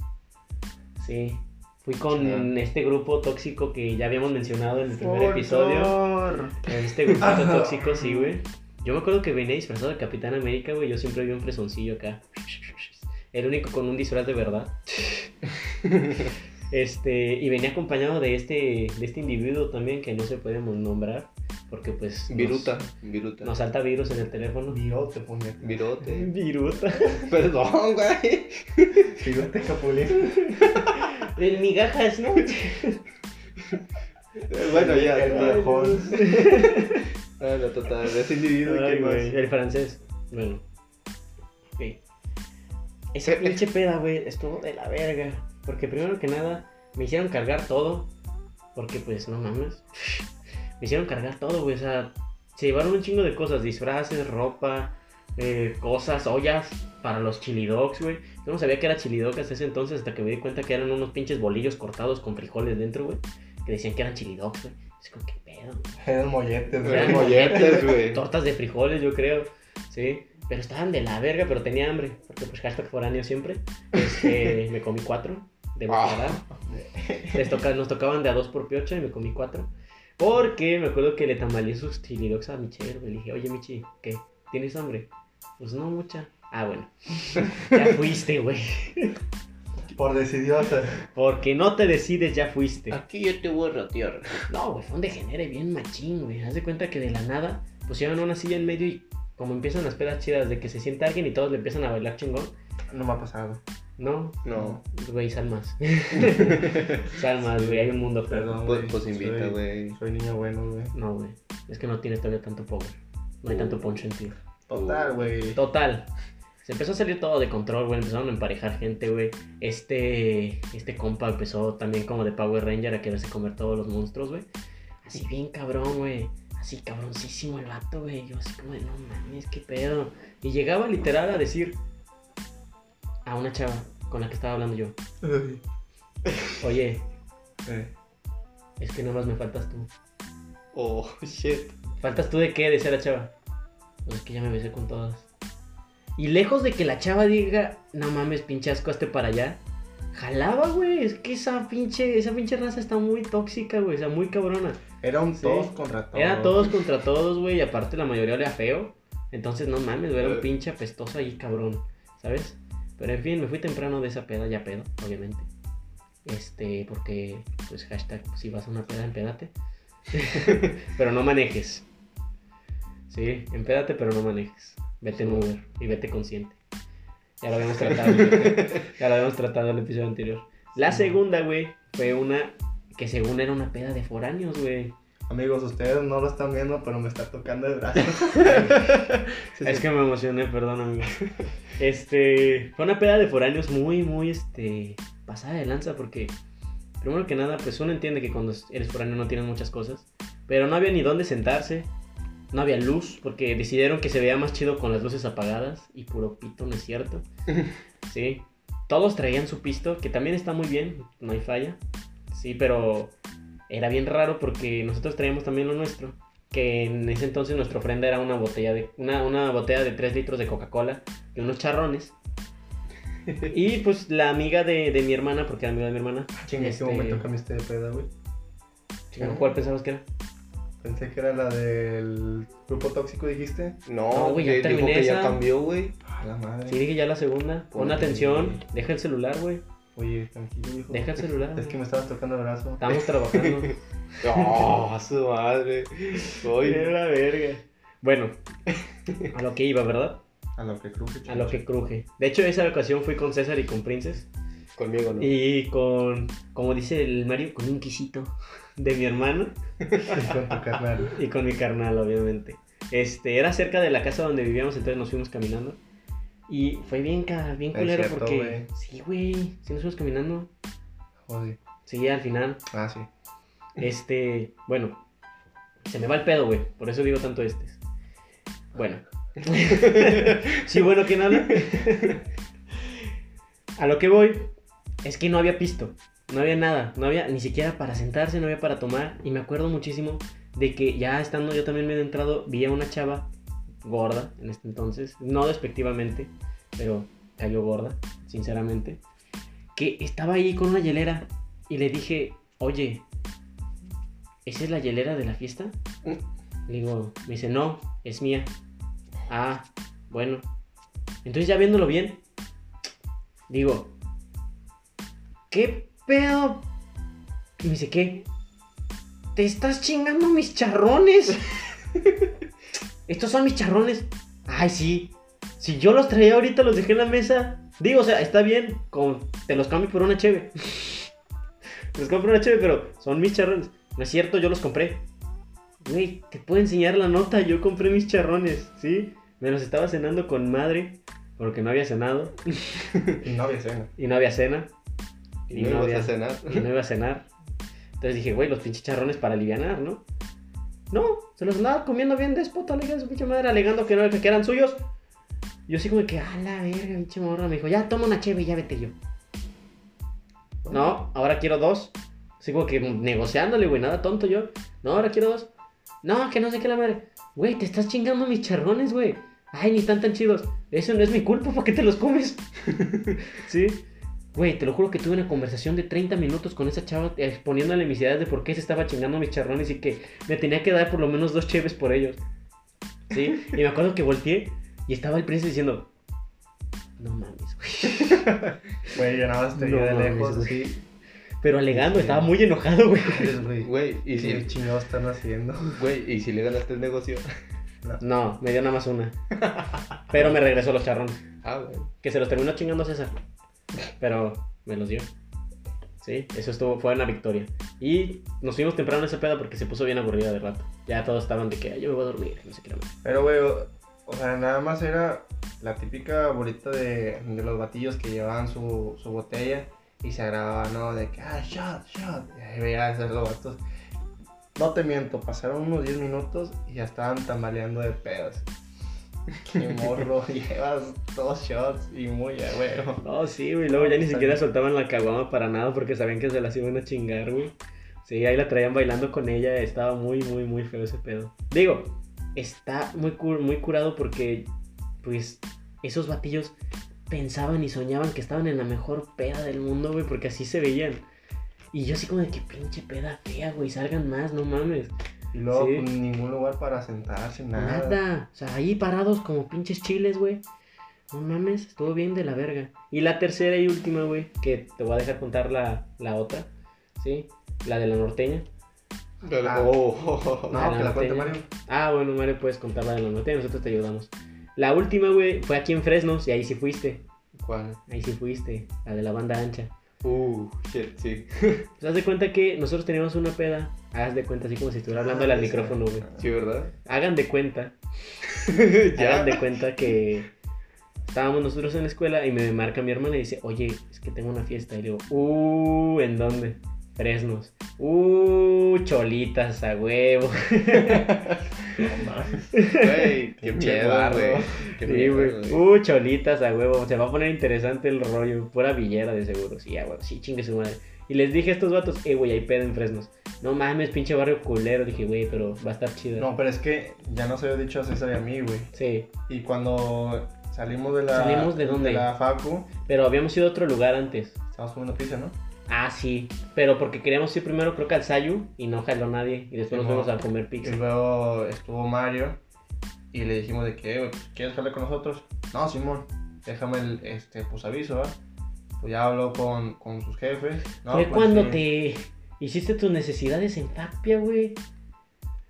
Sí. Fui con Chingón. este grupo tóxico que ya habíamos mencionado en el primer Por episodio. favor. Este grupito Ajá. tóxico, sí, güey. Yo me acuerdo que venía disfrazado de Capitán América, güey. Yo siempre vi un fresoncillo acá. El único con un disfraz de verdad. Este, y venía acompañado de este, de este individuo también que no se podemos nombrar. Porque pues. nos- Viruta. Viruta. Nos salta virus en el teléfono. Viro te ponía. Virote. Viruta. Perdón, güey. Viro te capulín. En migajas, ¿no? Bueno, ya. El total. viejón. Bueno, total. Ese individuo, Ay, ¿quién güey, más? El francés. Bueno. Ok. Esa pinche peda, güey, estuvo de la verga. Porque primero que nada, me hicieron cargar todo. Porque pues, no mames. Me hicieron cargar todo, güey. O sea, se llevaron un chingo de cosas. Disfraces, ropa, eh, cosas, ollas para los chili dogs, güey. Yo no sabía que era chili dog hasta ese entonces hasta que me di cuenta que eran unos pinches bolillos cortados con frijoles dentro, güey. Que decían que eran chili dogs, güey. Es como, ¿qué pedo? Era el mollete, güey. Eran molletes, güey. tortas de frijoles, yo creo, sí. Pero estaban de la verga, pero tenía hambre, porque pues hashtag foráneo siempre. Este, me comí cuatro, de Matará. Les toca- nos tocaban de a dos por piocha y me comí cuatro. Porque me acuerdo que le tambaleé sus chili dogs a Michelle. Le dije, oye Michi, ¿qué? ¿Tienes hambre? Pues no mucha. Ah, bueno. ya fuiste, güey. Por decidiosa. Porque no te decides, ya fuiste. Aquí yo te voy a ratear. No, güey, fue un degenere bien machín, güey. Haz de cuenta que de la nada pusieron una silla en medio y como empiezan las pedas chidas de que se sienta alguien y todos le empiezan a bailar chingón. No me ha pasado. No, No. güey, sal más. sal más, güey, hay un mundo afuera. Perdón, Pues, güey. pues invita, Soy- güey. Soy niño bueno, güey. No, güey. Es que no tienes todavía tanto power. No hay Uh. tanto poncho en ti. Total, güey. Total. Se empezó a salir todo de control, güey. Empezaron a emparejar gente, güey. Este, este compa empezó también como de Power Ranger a quererse comer todos los monstruos, güey. Así bien cabrón, güey. Así cabroncísimo el vato, güey. Yo así como de, no mames, qué pedo. Y llegaba literal a decir a una chava con la que estaba hablando yo. Oye, Eh, es que nada más me faltas tú. Oh, shit. ¿Faltas tú de qué? Decía la chava. Pues es que ya me besé con todas. Y lejos de que la chava diga, no mames, pinche asco, hazte para allá. Jalaba, güey. Es que esa pinche, esa pinche raza está muy tóxica, güey. O sea, muy cabrona. Era un Sí. todos contra todos. Era todos contra todos, güey. Y aparte la mayoría olía feo. Entonces, no mames, güey, era un pinche apestoso ahí, cabrón. ¿Sabes? Pero en fin, me fui temprano de esa peda, ya pedo, obviamente. Este, porque, pues, hashtag, si vas a una peda, empédate. pero no manejes. Sí, empédate, pero no manejes. Vete en Uber y vete consciente. Ya lo habíamos tratado. ya lo habíamos tratado en el episodio anterior. La Sí. segunda, güey, fue una que según era una peda de foráneos, güey. Amigos, ustedes no lo están viendo, pero me está tocando el brazo. Es que me emocioné, perdón, amigo. Este, fue una peda de foráneos muy, muy, este, pasada de lanza, porque primero que nada, pues uno entiende que cuando eres foráneo no tienes muchas cosas, pero no había ni dónde sentarse, no había luz, porque decidieron que se veía más chido con las luces apagadas, y puro pito, no es cierto. Sí, todos traían su pisto, que también está muy bien, no hay falla, sí, pero era bien raro porque nosotros traíamos también lo nuestro que en ese entonces nuestra ofrenda era una botella de una, una botella de 3 litros de Coca-Cola y unos charrones. Y pues la amiga de, de mi hermana, porque era amiga de mi hermana, Chingue, Este- ¿qué momento cambiaste de peda, güey? ¿cuál pensabas que era? Pensé que era la del grupo tóxico, dijiste. No, No, güey, güey, ya dijo terminé que esa. ya cambió, güey. A la madre. Sí, dije ya la segunda. Pon Pobre. atención, deja el celular, güey. Oye, tranquilo, hijo. Deja el celular. Es que me estabas tocando el brazo. Estamos trabajando. No, a su madre. Oye. la verga. Bueno, a lo que iba, ¿verdad? A lo que cruje. A lo que cruje. De hecho, esa ocasión fui con César y con Princes. Conmigo no. Y con, como dice el Mario, con un quisito de mi hermano. chingue con tu carnal. Y con mi carnal, obviamente. Este, era cerca de la casa donde vivíamos, entonces nos fuimos caminando. Y fue bien, ca- bien Es culero cierto, porque... güey. Sí, güey. Sí nos fuimos caminando. Joder. Sí, al final. Oh, Ah, sí. Este, bueno. Se me va el pedo, güey. Por eso digo tanto este. Bueno. sí, bueno que nada. A lo que voy es que no había pisto. No había nada. No había ni siquiera para sentarse, no había para tomar. Y me acuerdo muchísimo de que ya estando yo también medio entrado, vi a una chava gorda en este entonces, no despectivamente, pero cayó gorda, sinceramente, que estaba ahí con una hielera y le dije, oye, ¿esa es la hielera de la fiesta? Le digo, me dice, no, es mía. Ah, bueno. Entonces ya viéndolo bien, digo, ¿qué pedo? Y me dice, ¿qué? Te estás chingando mis charrones. Estos son mis charrones. Ay, sí. Si yo los traía ahorita, los dejé en la mesa. Digo, o sea, está bien. como te los cambio por una cheve. Te los compro una cheve, pero son mis charrones. No es cierto, yo los compré. Güey, te puedo enseñar la nota. Yo compré mis charrones, ¿sí? Me los estaba cenando con madre. Porque no había cenado. Y no había cena. Y no había cena. Y no había- ibas a cenar. y no iba a cenar. Entonces dije, güey, los pinches charrones para alivianar, ¿no? No, se los andaba comiendo bien déspota, le dije a su pinche madre, alegando que no era- que eran suyos. Yo sí como que, a la verga, pinche morra. Me dijo, ya, toma una cheve y ya vete yo. No, ahora quiero dos. Así como que negociándole, güey, nada tonto yo. No, ahora quiero dos. No, que no sé qué la madre. Güey, te estás chingando mis charrones, güey. Ay, ni están tan chidos. Eso no es mi culpa, ¿por qué te los comes? sí. Güey, te lo juro que tuve una conversación de 30 minutos con esa chava exponiéndole mis ideas de por qué se estaba chingando mis charrones y que me tenía que dar por lo menos dos cheves por ellos. ¿Sí? Y me acuerdo que volteé y estaba el príncipe diciendo, no mames, güey. Güey, yo nada más te vi No de mames, lejos. güey. Sí, Pero alegando, estaba muy enojado, güey. eres, güey. Güey, y ¿Qué si, chingados están haciendo? güey, y si le ganaste el negocio. No, me dio nada más una. Pero me regresó los charrones. Ah, güey. Que se los terminó chingando César. Pero me los dio. Sí, eso estuvo, fue una victoria. Y nos fuimos temprano a esa peda porque se puso bien aburrida de rato. Ya todos estaban de que "Ay, yo me voy a dormir, no sé qué. no más. Pero, güey, o, o sea, nada más era la típica bolita de, de los batillos que llevaban su, su botella y se grababan, ¿no? De que, ah, shot, shot. Y ahí veía a esos vatos. No te miento, pasaron unos 10 minutos y ya estaban tambaleando de pedos. Qué morro, llevas dos shots y muy a huevo. No, sí, güey. Luego ya ni Está siquiera bien. soltaban la caguama para nada porque sabían que se las iban a chingar, güey. Sí, ahí la traían bailando con ella. Estaba muy, muy, muy feo ese pedo. Digo, está muy, cu- muy curado porque, pues, esos batillos pensaban y soñaban que estaban en la mejor peda del mundo, güey, porque así se veían. Y yo así como de que pinche peda fea, güey, salgan más, no mames. Y luego, Sí. pues, ningún lugar para sentarse, nada. Nada. O sea, ahí parados como pinches chiles, güey. No mames, estuvo bien de la verga. Y la tercera y última, güey, que te voy a dejar contar la, la otra, ¿sí? La de la norteña. Pero- Ah. oh. No, Ah, que la no, cuente te- Mario. Ah, bueno, Mario, puedes contar la de la norteña, nosotros te ayudamos. La última, güey, fue aquí en Fresnos y ahí sí fuiste. ¿Cuál? Ahí sí fuiste, la de la banda ancha. Uh, shit, sí. Pues haz de cuenta que nosotros teníamos una peda. Haz de cuenta, así como si estuviera hablando Ah, al sí, micrófono, güey. Sí, ¿verdad? Hagan de cuenta ya. Hagan de cuenta que estábamos nosotros en la escuela y me marca mi hermana y dice, oye, es que tengo una fiesta. Y le digo, uh, ¿en dónde? Fresnos. Uh, cholitas a huevo. Güey, qué Pinche miedo, barro. güey. Qué Sí, miedo, güey. güey. Uh, cholitas a huevo. Se va a poner interesante el rollo. Pura villera de seguro. Sí, a huevo. Sí, chingue su madre. Y les dije a estos vatos, eh, güey, hay pedo en Fresnos. No mames, pinche barrio culero. Dije, güey, pero va a estar chido. No, pero es que ya no se había dicho a César y a mí, güey. Sí, Y cuando salimos de la. ¿Salimos de dónde? la Facu, pero habíamos ido a otro lugar antes. estábamos comiendo pizza, ¿no? Ah, sí, pero porque queríamos ir primero creo que al Sayu y no jaló nadie y después nos Simón. fuimos a comer Y pizza. luego estuvo Mario y le dijimos de que, "Eh, güey, pues, ¿quieres hablar con nosotros? No, Simón, déjame el, este, pues aviso, ¿va? Pues ya habló con, con sus jefes. No, Fue pues, cuando sí. te hiciste tus necesidades en Tapia, güey.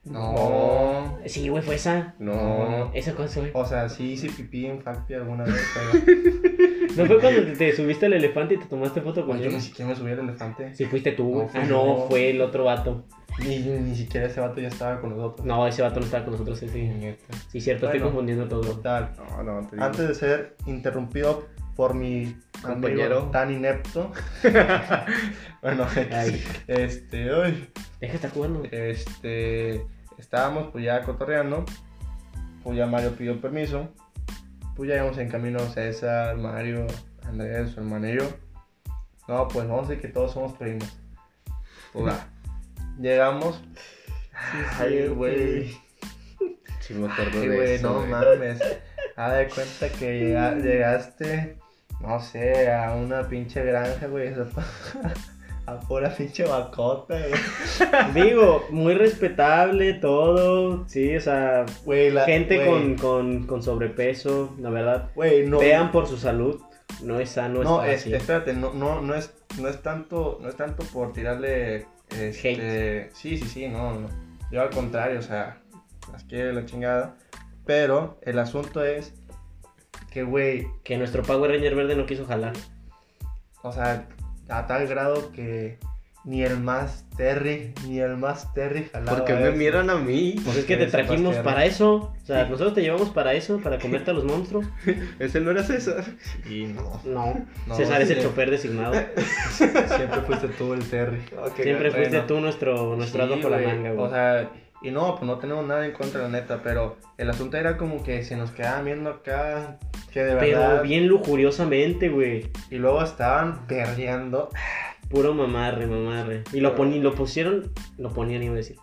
No. Sí, güey, fue esa. No. Esa cosa, güey. O sea, sí hice pipí en Facpi alguna vez, pero. ¿No fue cuando te- te subiste al elefante y te tomaste foto con Güey, pues, yo él? ni siquiera me subí al elefante. Sí, fuiste tú, No, güey. fui Ah, yo. no, fue el otro vato. Ni, ni siquiera ese vato ya estaba con nosotros. No, ese vato no estaba con nosotros ese. Neta. Sí, cierto, estoy Bueno. confundiendo todo. Total. No, no, te digo. Antes de ser interrumpido por mi Compañero. compañero tan inepto. bueno, Ay, este, uy, deja de estar jugando. este, estábamos pues ya cotorreando, pues ya Mario pidió permiso, pues ya íbamos en camino César, Mario, Andrés, su hermano y yo. No, pues vamos a decir que todos somos primos. Pues va. Llegamos. Ay, cierto. güey. Sí, me acuerdo Sí, de güey, eso, no güey. mames. Haz de cuenta que llega- llegaste, no sé, a una pinche granja, güey. eso pa- A pura pinche bacota, güey. Digo, muy respetable todo. Sí, o sea, Güey, la- gente güey, con, con, con sobrepeso, la verdad. Güey, no. vean por su salud. No es sano no, estar este, así. espérate, no, no, no, es, no es tanto, no es tanto por tirarle. Este, Sí, sí, sí, no, no. Yo al contrario, o sea, las quiero la chingada. Pero el asunto es que, güey, Que nuestro Power Ranger verde no quiso jalar. O sea, a tal grado que ni el más Terry, ni el más Terry jalaba. ¿Por qué me eso. miran a mí? Pues es que te eres un trajimos bastardo. para eso. O sea, nosotros te llevamos para eso, para comerte a los monstruos. Ese no era César. Y no. No. no, César es el sí, chofer designado. Siempre fuiste tú el Terry. Siempre bueno. fuiste tú nuestro, nuestro Sí, hado por la güey, manga, güey. O sea, y no, pues no tenemos nada en contra, la neta, pero el asunto era como que se nos quedaban viendo acá, que de Pero verdad. bien lujuriosamente, güey. Y luego estaban perreando. Puro mamarre, mamarre. Y lo, poni- lo pusieron, lo ponían, iba a decir.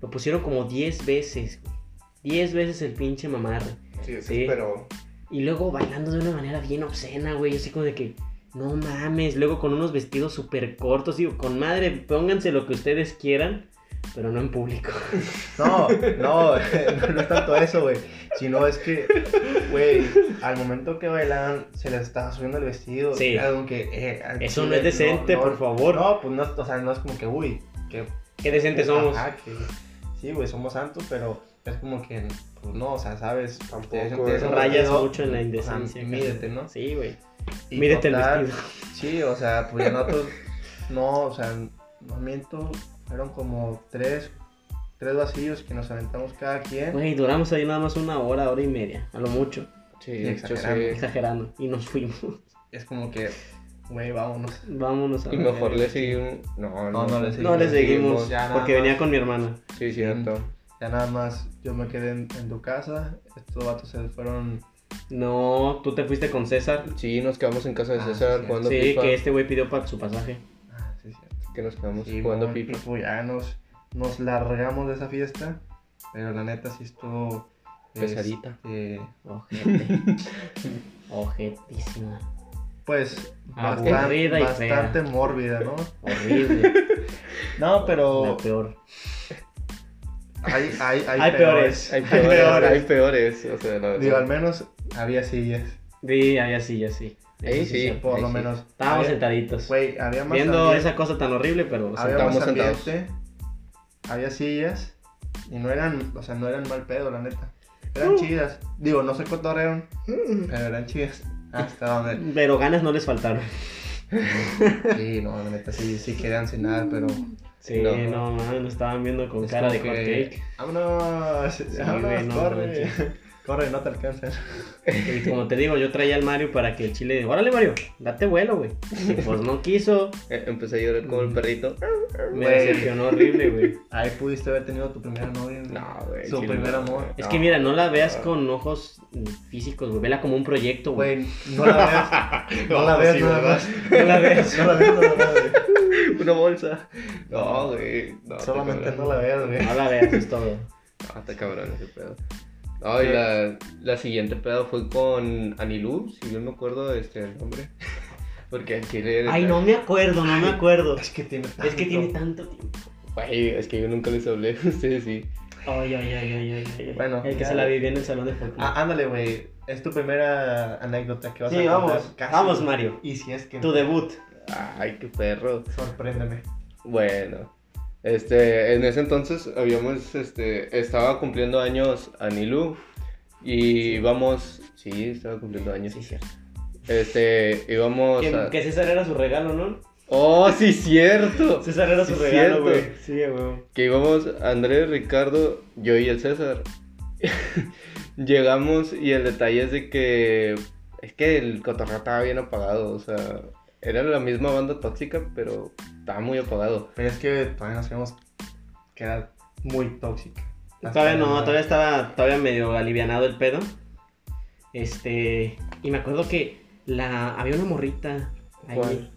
Lo pusieron como 10 veces, güey. 10 veces el pinche mamarre. Sí, Sí. Y luego bailando de una manera bien obscena, güey. Así como de que, No mames, luego con unos vestidos súper cortos, digo, con madre, pónganse lo que ustedes quieran, pero no en público. No, no, no es tanto eso, güey. Sino es que, güey, al momento que bailan, se les está subiendo el vestido. Sí. Algo que, eh, al Eso no chile, es decente, no, por favor. No, pues no, o sea, no es como que, uy, que Qué decentes somos. Ajá, que- sí, güey, somos santos, pero es como que, pues no, o sea, sabes, Tampoco, tienes- güey. tienes un Rayas vestido, mucho en la o sea, indecencia. mídete, cabrón. ¿no? Sí, güey. Y Mírate el total, vestido. Sí, o sea, pues ya nosotros, no, o sea, no miento, fueron como tres, tres vacíos que nos aventamos cada quien. Güey, duramos ahí nada más una hora, hora y media, a lo mucho, Sí, Y yo exagerando. sé. exagerando. Y nos fuimos. Es como que, güey, vámonos. Vámonos a Y la mejor verga. le seguí un... No, No, no le No le seguimos, Ya nada porque más. venía con mi hermana. Sí, cierto. Ya nada más yo me quedé en, en tu casa, estos vatos se fueron. No, tú te fuiste con César. Sí, nos quedamos en casa de Ah, César sí. jugando Sí, FIFA. que este güey pidió para su pasaje. Ah, sí, sí. Que nos quedamos Sí, jugando mon, FIFA. y pues ya nos, nos largamos de esa fiesta, pero la neta sí estuvo... Pesadita. este, Ojete. Ojetísima. pues Aburrida y bastante, fea. bastante mórbida, ¿no? Horrible. No, La pero peor. hay, hay, hay, Hay peores. Hay peores, peores. hay peores. O sea, la Digo, verdad. al menos había sillas, Sí, ahí así, ya sí. Eso Ahí es sí. cierto. por Ahí lo sí. menos. Estábamos Había- sentaditos. Güey, había más viendo ambiente, esa cosa tan horrible, pero había sentado. más Estábamos sentados. ambiente, había sillas y no eran, o sea, no eran mal pedo, la neta. Eran No. chidas. Digo, no se cotorrearon, pero eran chidas. Hasta donde Pero ganas no les faltaron. Sí, no, la neta sí, sí querían cenar, pero. Sí, No. no, mames, nos estaban viendo con es cara de como hot que, cake. ¡Vámonos! ¡Vámonos! güey, no ¡Corre! manches. ¡Corre, no te alcanzan! Y como te digo, yo traía al Mario para que el chile. Órale, Mario, date vuelo, güey. Y Pues no quiso. Eh, Empecé a llorar Mm. como el perrito. Me Güey. decepcionó horrible, güey. Ahí pudiste haber tenido tu primera novia. güey. No, güey. Su sí, primer no. amor. Es que mira, no la veas con ojos físicos, güey. Vela como un proyecto, güey. Güey, no la veas. No la No, veas sí, nada ¿verdad? más. No la veas. No la veas nada más, güey. Una bolsa. No, güey. No, está Solamente no cabrón. la veas, güey. No la veas, es todo. No, está cabrón ese pedo. No, y la, la siguiente pedo fue con Anilú, si bien me acuerdo este, el nombre. Porque en Chile. Ay, no me acuerdo, no me acuerdo. Es que tiene Es que tiene tanto. tanto tiempo. Güey, es que yo nunca les hablé, ustedes sí. Ay, ay, ay, ay, ay, ay. Bueno, el que ya. se la vivió en el salón de folclore. Ah, ándale, güey. Es tu primera anécdota que vas sí, a contar. vamos. Casi. Vamos, Mario. Y si es que. Tu debut. Ay, qué perro. Sorpréndeme. Bueno, este, en ese entonces habíamos, este, estaba cumpliendo años Anilú y íbamos, sí, estaba cumpliendo años. Sí, cierto. Este, íbamos Que, a... que César era su regalo, ¿no? ¡Oh, sí, cierto! César era su Sí, regalo, cierto. güey. Sí, güey. que íbamos Andrés, Ricardo, yo y el César. Llegamos y el detalle es de que es que el cotorreo estaba bien apagado, o sea, era la misma banda tóxica, pero estaba muy apagado. Pero es que todavía nos sabemos que era muy tóxica. Todavía no, todavía estaba todavía medio alivianado el pedo. Este, y me acuerdo que la había una morrita ahí ¿Cuál?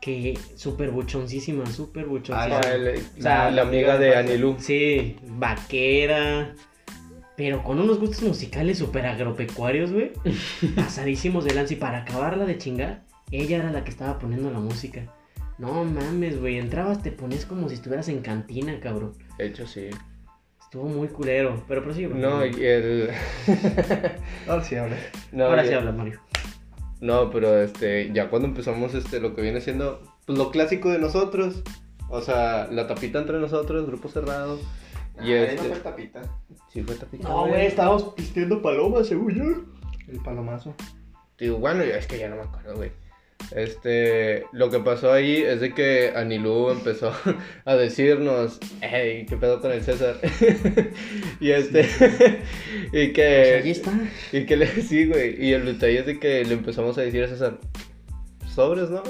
que súper buchoncísima, súper Ah, buchoncísima. ya. Ah, el- sea, la, la amiga de Anilú. Sí, vaquera, pero con unos gustos musicales súper agropecuarios, güey. Pasadísimos de lanza y para acabarla de chingar, ella era la que estaba poniendo la música. No mames, güey, entrabas, te ponías como si estuvieras en cantina, cabrón. De hecho, sí. Estuvo muy culero, pero prosigue. por No, favor. y el... Ahora sí, ahora. no, Ahora y- sí habla, Mario. No, pero este, ya cuando empezamos este, lo que viene siendo pues, lo clásico de nosotros, o sea, la tapita entre nosotros, grupo cerrado. Ah, Y este... tapita. Sí, fue tapita. No, güey, estábamos pisteando palomas, según yo. El palomazo. Digo, bueno, yo- es que ya no me acuerdo, güey. Este, lo que pasó ahí es de que Anilú empezó a decirnos, hey, ¿qué pedo con el César? y este, y Pues ahí que, está. y que le sí, güey, y el detalle es de que le empezamos a decir a César, sobres, ¿no?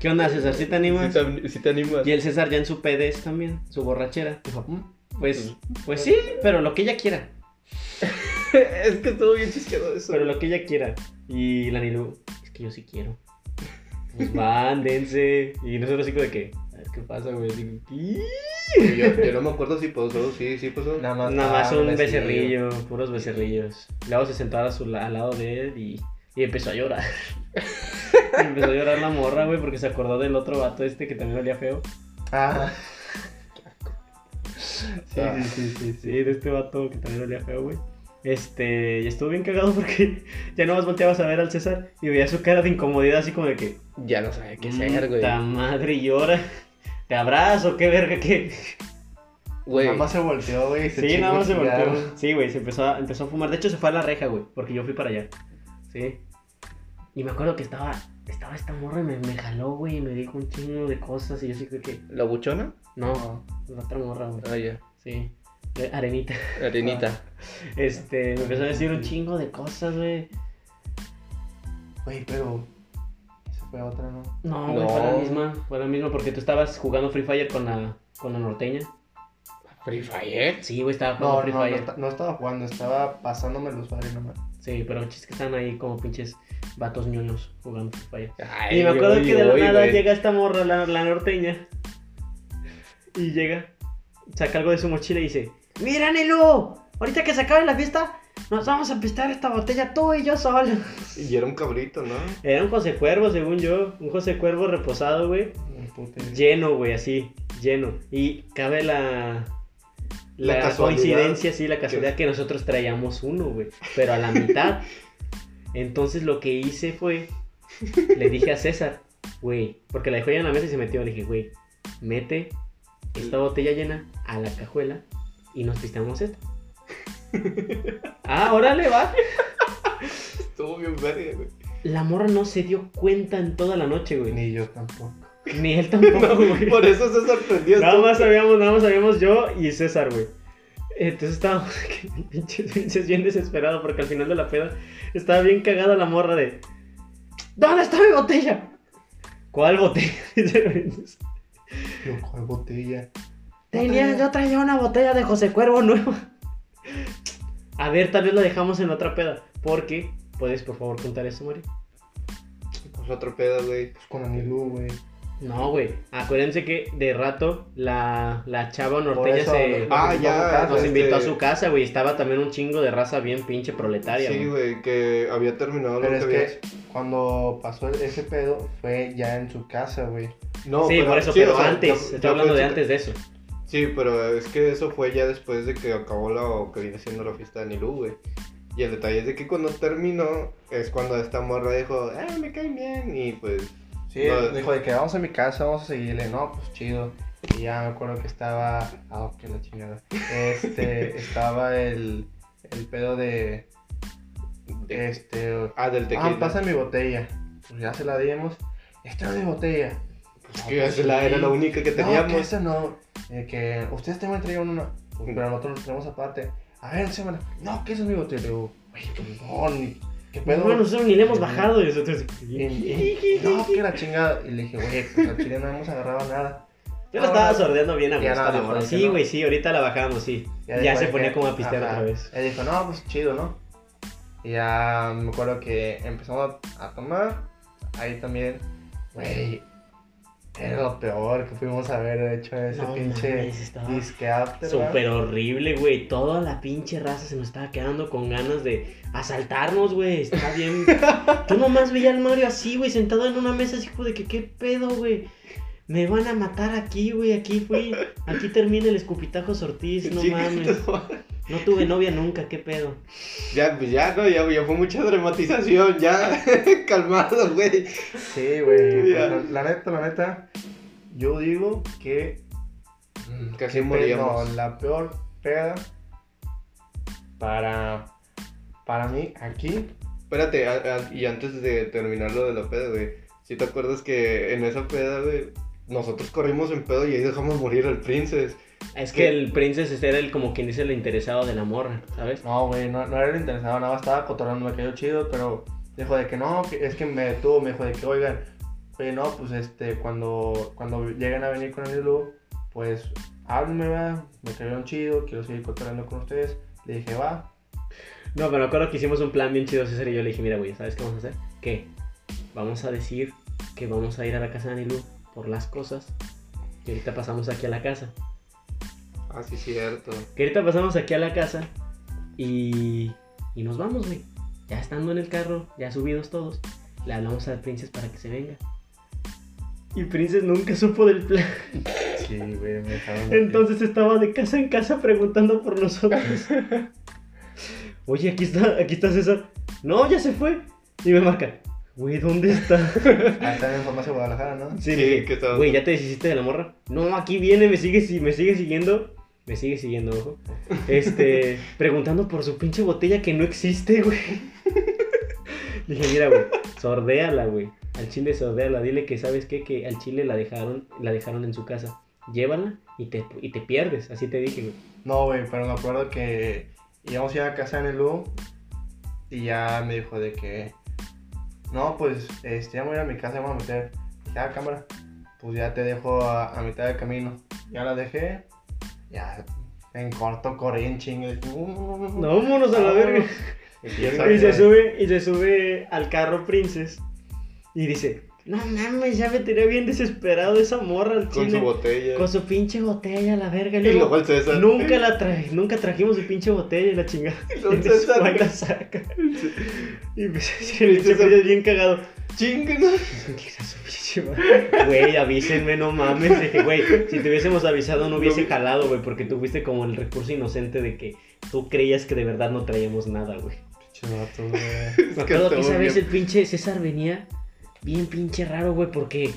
¿Qué onda, César? ¿Sí te Si animas? te, si te animas. Y el César ya en su PDS también, su borrachera. Dijo, "Mm, Pues, pues sí, pero lo que ella quiera. es que estuvo bien chisqueado eso. Pero lo que ella quiera. Y la Nilu, es que yo sí quiero. Pues van, dense. Y nosotros así como de que, a ver qué pasa, güey. Así, "Y". yo, yo no me acuerdo si pasó, sí, sí pasó. Nada más, Nada más ah, un besillo". becerrillo, puros becerrillos. Luego se sentó a su la- al lado de él y Y empezó a llorar. Y empezó a llorar la morra, güey, porque se acordó del otro vato este que también olía feo. Ah, Sí, sí, sí, sí, sí, de este vato que también olía feo, güey. Este, y estuvo bien cagado porque ya nomás volteabas a ver al César y veía su cara de incomodidad, así como de que, Ya no sabía qué Mm, hacer, güey. La madre llora. Te abrazo, qué verga, qué. Güey, nada más se volteó, güey. y se Sí, chingó nada más se a chingar. volteó. Sí, güey, se empezó a, empezó a fumar. De hecho, se fue a la reja, güey, porque yo fui para allá. Sí. Y me acuerdo que estaba, estaba esta morra y me, me jaló, güey, y me dijo un chingo de cosas. Y yo sí creo que, ¿la buchona? no, la otra morra, güey. Ah, ya. Sí, de arenita. Arenita. Este, me empezó a decir un chingo de cosas, güey. Güey, pero. Esa fue otra, ¿no? No, güey, No. fue la misma, fue la misma, porque tú estabas jugando Free Fire con la, con la norteña. Ah. Free Fire. Sí, güey, estaba jugando No, Ah, Free no, no, Fire. esta- no estaba jugando, estaba pasándome los bares nomás. Sí, pero el chiste es que están ahí como pinches vatos ñoños jugando Free Fire. Ay, Y me acuerdo yo- que de la yo, nada güey. llega esta morra, la, la norteña. Y llega, saca algo de su mochila y dice: ¡Mira, Nelo! Ahorita que se acabe la fiesta, nos vamos a pistar esta botella tú y yo solo. Y era un cabrito, ¿no? Era un José Cuervo, según yo. Un José Cuervo reposado, güey. Un puto- Lleno, güey, así. Lleno. Y cabe la. La La, casualidad. coincidencia, sí, la casualidad que nosotros traíamos uno, güey. Pero a la mitad. Entonces lo que hice fue. Le dije a César, güey. Porque la dejó ya en la mesa y se metió. Le dije, güey, mete esta botella llena a la cajuela y nos pistamos esta. ah, órale, va. Estuvo bien verde, güey. La morra no se dio cuenta en toda la noche, güey. Ni yo tampoco. Ni él tampoco, güey. Por eso se sorprendió. nada estuvo- más sabíamos, nada más sabíamos yo y César, güey. Entonces estábamos pinches pinches bien desesperado porque al final de la peda estaba bien cagada la morra de ¿Dónde está mi botella? ¿Cuál botella? Dice Vinces. Yo, ¿cuál botella? pues, Tenía, yo traía una botella de José Cuervo nueva. A ver, tal vez la dejamos en otra peda. Porque, ¿puedes por favor contar eso, Mari? Pues otro pedo, güey. Pues con Anilú, güey. No, güey. Acuérdense que de rato la, la chava Por norteña eso se. nos Ah, invitó ya, a su casa. Nos Este- invitó a su casa, güey. Estaba también un chingo de raza bien pinche proletaria, Sí, güey. güey, que había terminado Pero lo es que, que cuando pasó ese pedo fue ya en su casa, güey. había- No, Sí, pero- por eso, sí, pero o sea, antes, ya- estoy ya hablando fue de en su antes de eso. ca- Sí, pero es que eso fue ya después de que acabó la que viene siendo la fiesta de Nilú, güey. Y el detalle es de que cuando terminó es cuando esta morra dijo, ah, me caen bien. Y pues, Sí, No. dijo de que vamos a mi casa, vamos a seguirle. No, pues chido. Y ya me acuerdo que estaba. Ah, qué la chingada. Este, estaba el, el pedo de. de- Este. ah, del tequila. Ah, pasa mi botella. Pues ya se la dimos. Esta es mi botella. Pues que esa la- era la única que No, que teníamos. esa no. Eh, que ustedes también entregan una. Pues, pero nosotros nos tenemos aparte. A ver, semana. No, que esa es mi botella. Le digo, "Güey, pues no, ni- ¿Qué Pues pedo? Pero bueno, nosotros ni le hemos Sí. bajado. y nosotros- Y- y- no, que la chingada. Y le dije, güey, pues al chile no hemos agarrado nada. Yo la estaba Ahora- sordeando bien a Ya gusto. nada, la morra. porque Sí, no. güey, sí, ahorita la bajamos, sí. Ya, dijo se de ponía que- como a pistear ajá. otra vez. Él dijo, no, pues chido, ¿no? Y ya me acuerdo que empezamos a, a tomar. Ahí también, güey, era lo peor que fuimos a ver, de hecho, ese No pinche mames, estaba disque after. ¿verdad? Súper horrible, güey. Toda la pinche raza se nos estaba quedando con ganas de asaltarnos, güey. Está bien. Yo nomás veía al Mario así, güey, sentado en una mesa, así como de que, ¿qué pedo, güey? Me van a matar aquí, güey. Aquí fui. Aquí termina el escupitajo Ortiz, no Sí, mames. No tuve novia nunca, ¿qué pedo? Ya, pues ya, no, ya, ya fue mucha dramatización, ya, calmado, güey. Sí, güey. Ya. pues, La, la neta, la neta, yo digo que. mm, Casi qué pe- moríamos. no, la peor peda para. Para mí, aquí. Espérate, a- a- y antes de terminar lo de la peda, güey. Si te acuerdas que en esa peda, güey, nosotros corrimos en pedo y ahí dejamos morir al princes. Es que el Princess este era el como quien dice el interesado de la morra, ¿sabes? No, güey, no, no era el interesado, nada más estaba cotorreando, me cayó chido, pero dijo de que no, que- es que me detuvo, me dijo de que, oigan, oye, no, pues este, cuando, cuando lleguen a venir con el Lu, pues háblenme, va, me cayeron chido, quiero seguir cotorreando con ustedes. Le dije, va, No, pero me acuerdo que hicimos un plan bien chido, César y yo le dije, mira, güey, ¿sabes qué vamos a hacer? ¿Qué? Vamos a decir que vamos a ir a la casa de Anilú por las cosas. Que ahorita pasamos aquí a la casa. Ah, sí, cierto. Que ahorita pasamos aquí a la casa y, y nos vamos, güey. Ya estando en el carro, ya subidos todos, le hablamos a Princess para que se venga. Y Princess nunca supo del plan. Sí, güey, me dejaron. Entonces estaba de casa en casa preguntando por nosotros. Oye, aquí está, aquí está César. No, ya se fue. Y me marca, güey, ¿dónde está? Ah, está en Farmacia Guadalajara, ¿no? Sí, Sí, le dije, ¿qué tal? Güey, ¿ya te deshiciste de la morra? No, aquí viene, me sigue, si- me sigue siguiendo. Me sigue siguiendo, ojo. Este, preguntando por su pinche botella que no existe, güey. Le Dije, mira, güey, sordéala, güey. Al chile sordéala. Dile que, ¿sabes qué? Que al chile la dejaron, la dejaron en su casa. Llévala y te, y te pierdes. Así te dije, güey. No, güey, pero me acuerdo que íbamos a ir a casa en el U y ya me dijo de que, no, pues, este, ya me voy a ir a mi casa, vamos a meter ya cámara. Pues ya te dejo a, a mitad del camino. Ya la dejé, ya en corto corrí en "Uh, chingue. No, vámonos a la verga. Empieza- Y se sube, y se sube al carro Princess. Y dice, no mames, ya me tenía bien desesperado esa morra al con chile. su botella. Con su pinche botella, la verga. Y luego, luego el César. nunca la traje, nunca trajimos su pinche botella y la chingada. Y luego Y el César. después la saca. Y pues, empezó a decir, Y el el pinche César- Princess bien cagado. Chingue, ¿no? Chinga su pinche madre. Güey, avísenme, no mames. Dije, güey, si te hubiésemos avisado no hubiese No. jalado, güey, porque tú fuiste como el recurso inocente de que tú creías que de verdad no traíamos nada, güey. Pinche vato, güey. Es Me que acuerdo que estuvo esa vez bien. el pinche César venía bien pinche raro, güey, porque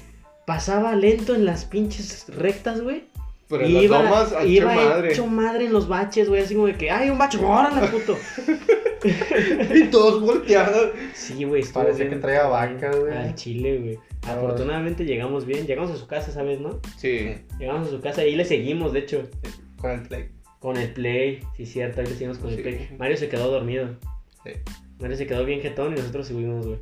pasaba lento en las pinches rectas, güey. Pero y en las iba, tomas, a iba madre. hecho madre en los baches, güey, así como de que, ¡ay, un bache! ¡Órale, puto! Y todos volteados. Sí, güey, estuvo Parecía bien- que traía vaca, güey. Al chile, güey. No, Afortunadamente llegamos bien, llegamos a su casa, ¿sabes, no? Sí. Llegamos a su casa y le seguimos, de hecho, Con el play. con el play, sí, cierto, ahí le seguimos con el Sí. play. Mario se quedó dormido. Sí. Mario se quedó bien jetón y nosotros subimos, güey.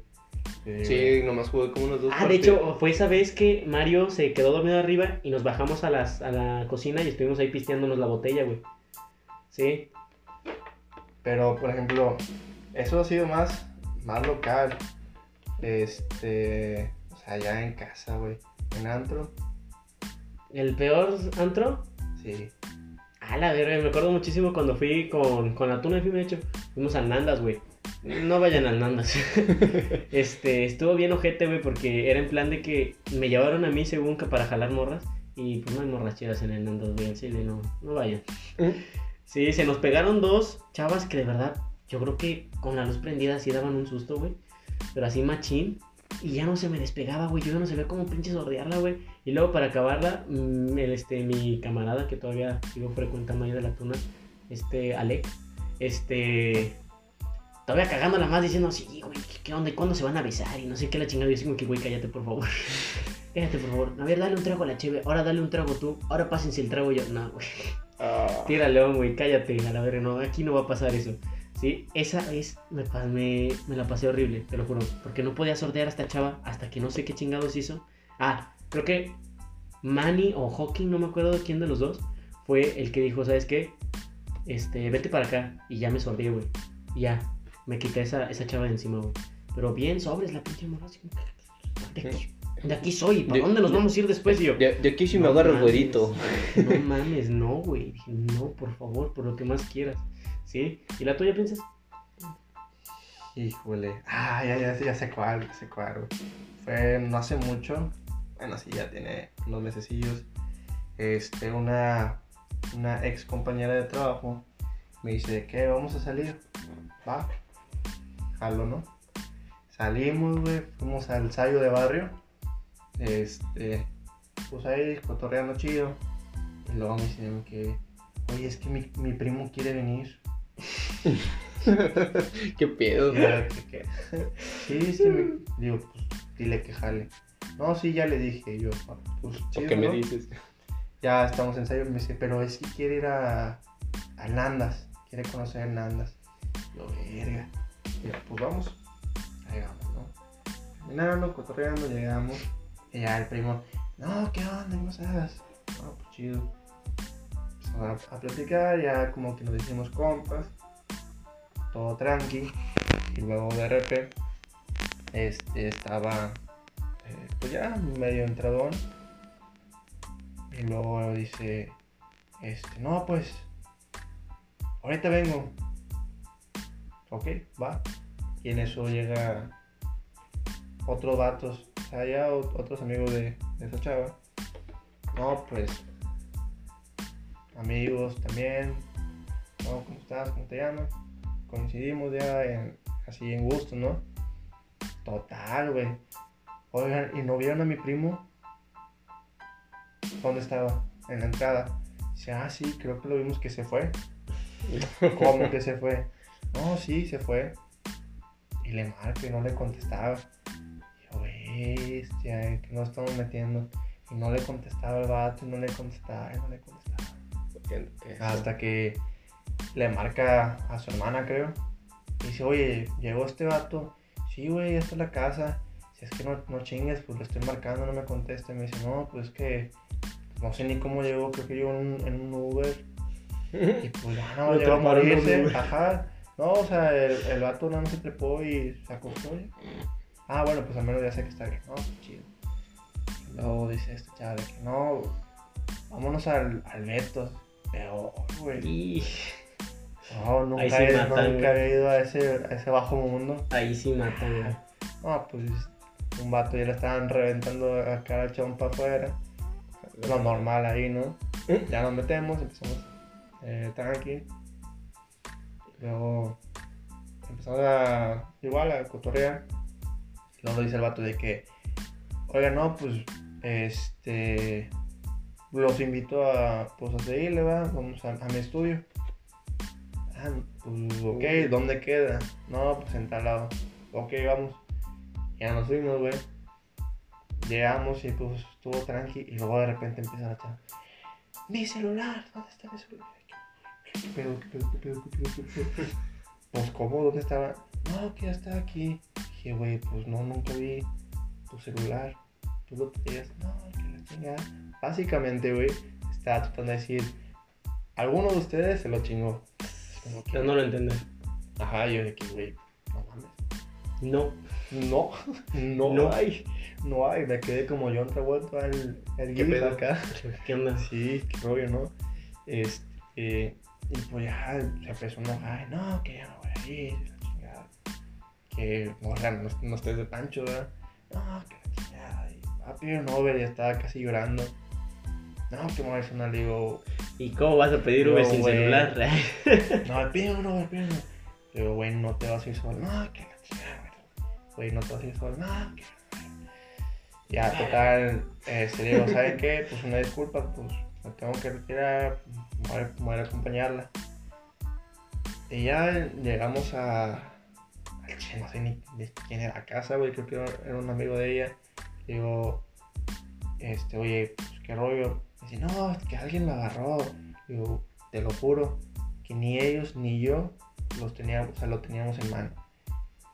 güey. Sí, nomás jugué como unos dos. Ah, de hecho, fue esa vez que Mario se quedó dormido arriba y nos bajamos a, las, a la cocina y estuvimos ahí pisteándonos la botella, güey. Sí. Pero, por ejemplo, eso ha sido más, más local. Este. O sea, ya en casa, güey. En antro, El peor antro. sí. A la verga, me acuerdo muchísimo cuando fui con, con la Tuna FM, de hecho. Fuimos a Nandas, güey. No vayan a Nandas. este, estuvo bien ojete, güey, porque era en plan de que me llevaron a mí según que para jalar morras. Y pues no hay morras chidas en el Nandas, güey. En Chile, no, no vayan. Sí, se nos pegaron dos chavas que de verdad, yo creo que con la luz prendida sí daban un susto, güey. Pero así machín. Y ya no se me despegaba, güey. Yo ya no sabía cómo pinche sordearla, güey. Y luego para acabarla, mm, el, este, mi camarada que todavía sigo frecuentando ahí de la tuna, este, Alec, este, todavía cagándola más diciendo, sí, güey, ¿qué- ¿qué onda? ¿Y ¿Cuándo se van a besar? Y no sé qué la chingada. Yo así como que, güey, cállate, por favor. cállate, por favor. A ver, dale un trago a la cheve. Ahora dale un trago tú. Ahora pásense el trago yo. No, güey. Ah, Tira león, güey, cállate, a la verga, no, aquí no va a pasar eso. Sí, esa vez me, pa- me, me la pasé horrible, te lo juro, porque no podía sortear a esta chava hasta que no sé qué chingados hizo. Ah, creo que Manny o Hawking, no me acuerdo quién de los dos, fue el que dijo, ¿sabes qué? Este, vete para acá, y ya me sordeé, güey, y ya, me quité esa, esa chava de encima, güey. Pero bien, sobres la pinche morra, así como que, de aquí, de aquí soy, ¿para De- dónde nos de- vamos a ir después? Y yo, De, de aquí si me No agarro el mames, güerito. No mames, no, güey. Dije, no, por favor, por lo que más quieras. ¿Sí? ¿Y la tuya piensas? Híjole. Ah, ya, ya, sé- ya sé cuál, ya sé cuál, güey. Fue no hace mucho. Bueno, sí, ya tiene unos mesecillos. Este, una, una ex compañera de trabajo me dice, ¿de qué? Vamos a salir. Va. Jalo, ¿no? Salimos, güey. Fuimos al ensayo de barrio. Este, pues ahí cotorreando chido. Y luego me dicen que, oye, es que mi, mi primo quiere venir. Qué pedo. Y era de que- Sí, sí, me- digo, pues dile que jale. No, sí, ya le dije yo, "Ah, pues ¿O chido, qué me ¿no? dices? Ya estamos en ensayo, me dice, pero es que quiere ir a, a Nandas, quiere conocer a Nandas. Yo, verga. Yo, pues vamos. Ahí vamos, ¿no? Caminando, cotorreando, llegamos. Y ya el primo, no, ¿qué onda? ¿Cómo estás? No, pues chido. Empezamos a, a platicar, ya como que nos hicimos compas. Todo tranqui. Y luego de repente, este, estaba, eh, pues ya medio entradón. Y luego dice, este, no, pues, ahorita vengo. Ok, va. Y en eso llega otros vatos, o sea, ya ot- otros amigos de, de esa chava. No, pues, amigos también. No, ¿cómo estás? ¿Cómo te llamas? Coincidimos ya en- así en gusto, ¿no? Total, güey. Oigan, ¿y no vieron a mi primo? ¿Dónde estaba? En la entrada. Dice, ah, sí, creo que lo vimos que se fue. ¿Cómo que se fue? No, sí, se fue. Y le marco y no le contestaba. Y yo, bestia, ¿en qué nos estamos metiendo? Y no le contestaba el vato, y no le contestaba, y no le contestaba. Ah, Hasta que le marca a su hermana, creo. Y dice, oye, llegó este vato. Sí, güey, esta es la casa. Si es que no, no chingues, pues lo estoy marcando, no me contesta. Y me dice, no, pues es que no sé ni cómo llegó, creo que llegó en un, en un Uber. Y pues ya no, Lo llegó a treparon los morirse. Uber. Ajá. No, o sea, el, el vato no se trepó y se acostó. ya. Ah, bueno, pues al menos ya sé que está bien. No, pues, chido. Luego dice este chaval de que no, vámonos al, al Beto. Peor, güey. Y No, nunca, Ahí sí he, matan, nunca güey. había ido a ese, a ese bajo mundo. ahí sí matan. Ah, pues un vato ya le estaban reventando acá la chompa afuera. Lo normal ahí, ¿no? ¿Eh? Ya nos metemos, empezamos eh, tranqui. Luego empezamos a igual a cotorrear. Luego dice el vato de que, oiga, no, pues este. Los invito a, pues, a seguirle, va, vamos a, a mi estudio. Ah, pues, ok, ¿dónde queda? No, pues en tal lado. Ok, vamos. Ya nos fuimos, güey. Llegamos y pues estuvo tranqui y luego de repente empieza la chava. Mi celular, ¿dónde está mi celular? ¿Qué pedo, qué pedo, qué pedo, qué pedo, qué pedo? Pues cómo, ¿dónde estaba? No, que ya está aquí. Dije, güey, pues no, nunca vi tu celular. Tú lo tenías. No, que la chingada. Básicamente, güey, estaba tratando de decir, alguno de ustedes se lo chingó. Es como que- Yo no lo entiendo. Ajá, yo de que, güey, no mames. No, No, no, No. hay, no hay. Me quedé como John Travolta el, el ¿Qué gif pedo? acá. ¿qué onda? Sí, qué rollo, ¿no? Este, y pues ya se empezó a enojar. No, que ya no voy a ir, la chingada. Que morra, no, no estés de pancho, ¿verdad? No, que la chingada. Y "Ah, va a pedir un Uber y estaba casi llorando. No, que me voy a ir a una, le digo, ¿Y cómo vas a pedir Uber No, sin güey. celular? No, pide uno, güey, pide uno. Le digo, güey, no te vas a ir solo. No, que la chingada, güey. Güey, no te vas a ir solo. No, que la chingada. Ya, total, eh, se le digo, ¿saben qué? Pues una disculpa, pues me tengo que retirar, me voy a- me voy a acompañarla. Y ya llegamos a. al che, no sé ni de quién era la casa, güey, creo que era- era un amigo de ella. Le digo, este, oye, pues qué rollo. Dice, no, es que alguien lo agarró. Le Digo, te lo juro, que ni ellos ni yo los teníamos, o sea, lo teníamos en mano.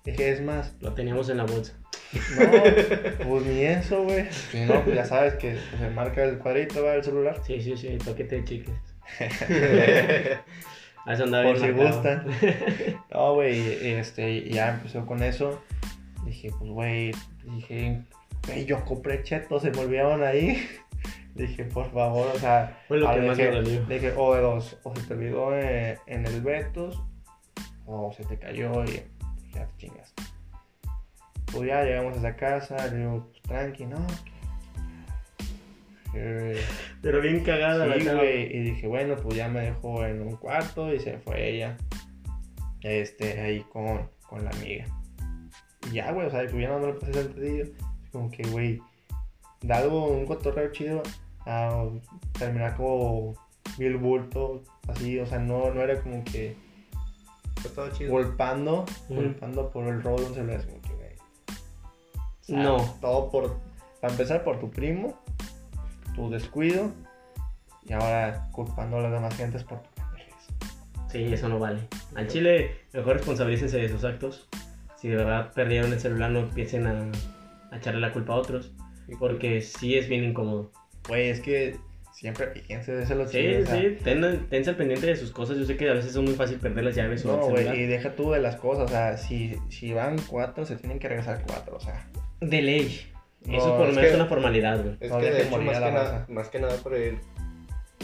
Dije, es más, Lo teníamos en la bolsa. no, pues ni eso, güey. Si no, pues ya sabes que se marca el cuadrito, va el celular. Sí, sí, sí, el paquete de chicles. Pero A eso andaba Por bien si marcado. gusta. No, güey, y- y este, y ya empezó con eso. Dije, pues, güey, dije, güey, yo compré chetos, se me olvidaban ahí. Dije, por favor, o sea, Fue lo ah, que más me dije, dolió. dije, o, de los- o se te olvidó eh, en el Betos, o se te cayó y ya te chingas. Pues ya llegamos a esa casa, le digo, pues, tranqui, no. Pues, que- que- Pero bien cagada la Sí, chava. güey. Y dije, bueno, pues ya me dejó en un cuarto y se fue ella. Este, ahí con, con la amiga. Y ya, güey, o sea, pues ya no me lo pasé sentadillo. Como que, güey, da algo, un cotorreo chido a terminar como Bill Bulto, así, o sea, no, no era como que Estaba chido. golpando, Ujú. golpando por el rol de un celular. es como que, güey, o sea, No. Todo por. Para empezar por tu primo, tu descuido, y ahora culpando a las demás gentes por tu pendejez. Sí, eso no vale. Al chile, mejor responsabilícense de sus actos. Si de verdad perdieron el celular, no empiecen a, a echarle la culpa a otros. Porque sí es bien incómodo. Güey, es que siempre fíjense de eso lo Sí, chido, o sea, sí, ten, tense al pendiente de sus cosas. Yo sé que a veces es muy fácil perder las llaves o el No, celular. güey, y deja tú de las cosas, o sea, si, si van cuatro, se tienen que regresar cuatro, o sea. De ley. No, eso por lo es menos es que- una formalidad, güey. Es No, que de dejen hecho, morir más a que, la nada, raza. más que nada para ir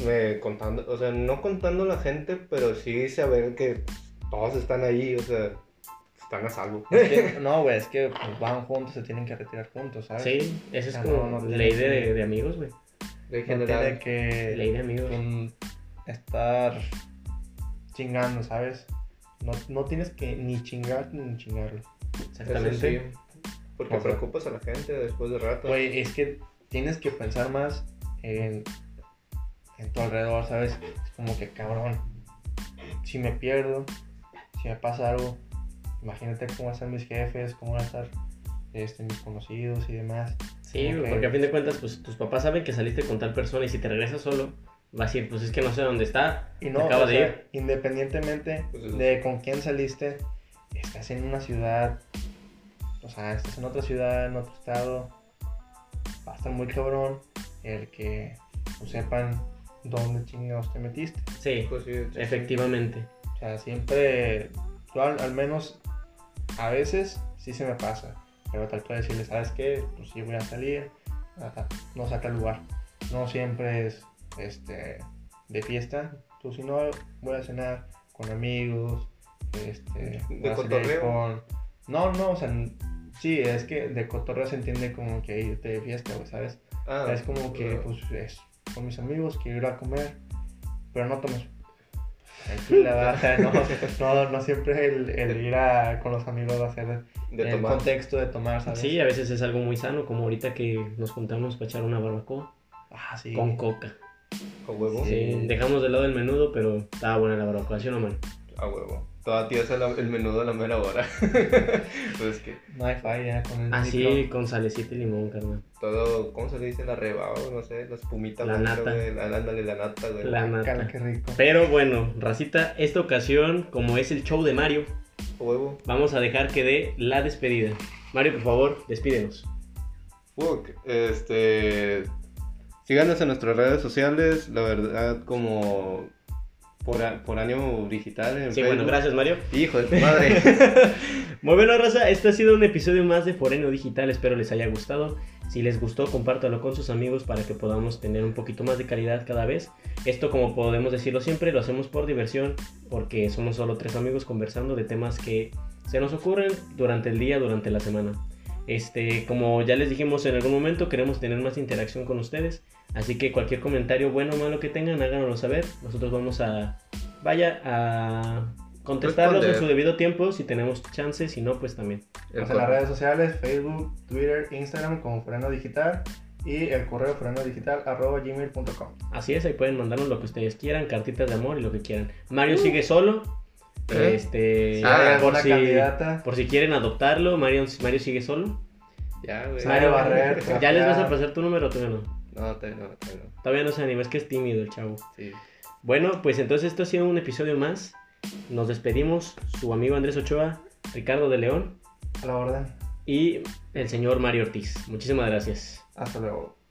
eh, contando, o sea, no contando la gente, pero sí saber que todos están ahí, o sea, Están a salvo. Es que- no, güey, es que pues, van juntos, se tienen que retirar juntos, ¿sabes? Sí, esa es Ya como no- no tiene ley que- de, de amigos, güey. De No tiene general. Ley que de amigos. mm, estar chingando, ¿sabes? No, no tienes que ni chingar ni chingarlo. Exactamente. Eso sí, Porque O sea. preocupas a la gente después de rato. Güey, es que tienes que pensar más en, en tu alrededor, ¿sabes? Es como que, cabrón, si me pierdo, si me pasa algo, imagínate cómo van a estar mis jefes, cómo van a estar este, mis conocidos y demás. Sí, Ok. porque a fin de cuentas, pues tus papás saben que saliste con tal persona y si te regresas solo, vas a decir, pues es que no sé dónde está. Y te no, acabo o de sea, ir. independientemente Pues eso de con quién saliste, estás en una ciudad, o sea, estás en otra ciudad, en otro estado, va a estar muy cabrón el que no sepan dónde chingados te metiste. Sí, Pues sí, de hecho, efectivamente. O sea, siempre, yo al, al menos a veces sí se me pasa, pero trato de decirle, ¿sabes qué? Pues sí voy a salir, ajá, no saca lugar. No siempre es este, de fiesta, tú si no, voy a cenar con amigos, este, De voy a salir cotorreo. con- No, no, o sea, n- sí, es que de cotorreo se entiende como que irte de fiesta, güey, ¿sabes? Ah, es como que, pues, es con mis amigos, quiero ir a comer, pero no tomes. Tranquila, va, o sea, no, no, no siempre el, el ir a, con los amigos va a ser de pues, el tomar. contexto de tomar, ¿sabes? Sí, a veces es algo muy sano, como ahorita que nos juntamos para echar una barbacoa Ah, sí. con coca. A huevo. Sí. Sí. dejamos de lado el menudo, pero estaba buena la barbacoa, ¿sí o no, man? A huevo. Toda tía hace la- el menudo a la mera hora. pues es que No hay falla con el Así micro. con salecita y limón, carnal. todo, ¿cómo se le dice? La rebaba, no sé, la espumita. La güey, nata. güey, la- Ándale, la nata, güey. La Cala, nata. qué rico. Pero bueno, racita, esta ocasión, como es el show de Mario, A huevo. vamos a dejar que dé la despedida. Mario, por favor, despídenos. Fuck, este. Síganos en nuestras redes sociales, la verdad, como. Por, a- por año digital. En Sí, bueno, Facebook. gracias, Mario. Hijo de tu madre. Muy bueno, raza. Este ha sido un episodio más de Foreno Digital. Espero les haya gustado. Si les gustó, compártalo con sus amigos para que podamos tener un poquito más de calidad cada vez. Esto, como podemos decirlo siempre, lo hacemos por diversión, porque somos solo tres amigos conversando de temas que se nos ocurren durante el día, durante la semana. Este, como ya les dijimos en algún momento, queremos tener más interacción con ustedes. Así que cualquier comentario bueno o malo que tengan, háganoslo saber. Nosotros vamos a, vaya, a contestarlos en su Responder. debido tiempo. Si tenemos chance, si no, pues también. Estamos en las redes sociales, Facebook, Twitter, Instagram como Freno Digital y el correo frenodigital arroba gmail.com. Así es, ahí pueden mandarnos lo que ustedes quieran, cartitas de amor y lo que quieran. Mario sigue solo. ¿Eh? Este, Ah, Hay por, alguna si, candidata, por si quieren adoptarlo, Mario, Mario sigue solo. Ya, güey. Sabe barrer, ¿Ya les trapear. vas a pasar tu número o todavía no? No, te no, te no. Todavía no se anima, es que es tímido el chavo. Sí. Bueno, pues entonces esto ha sido un episodio más. Nos despedimos, su amigo Andrés Ochoa, Ricardo de León a la orden. y el señor Mario Ortiz. Muchísimas gracias. Hasta luego.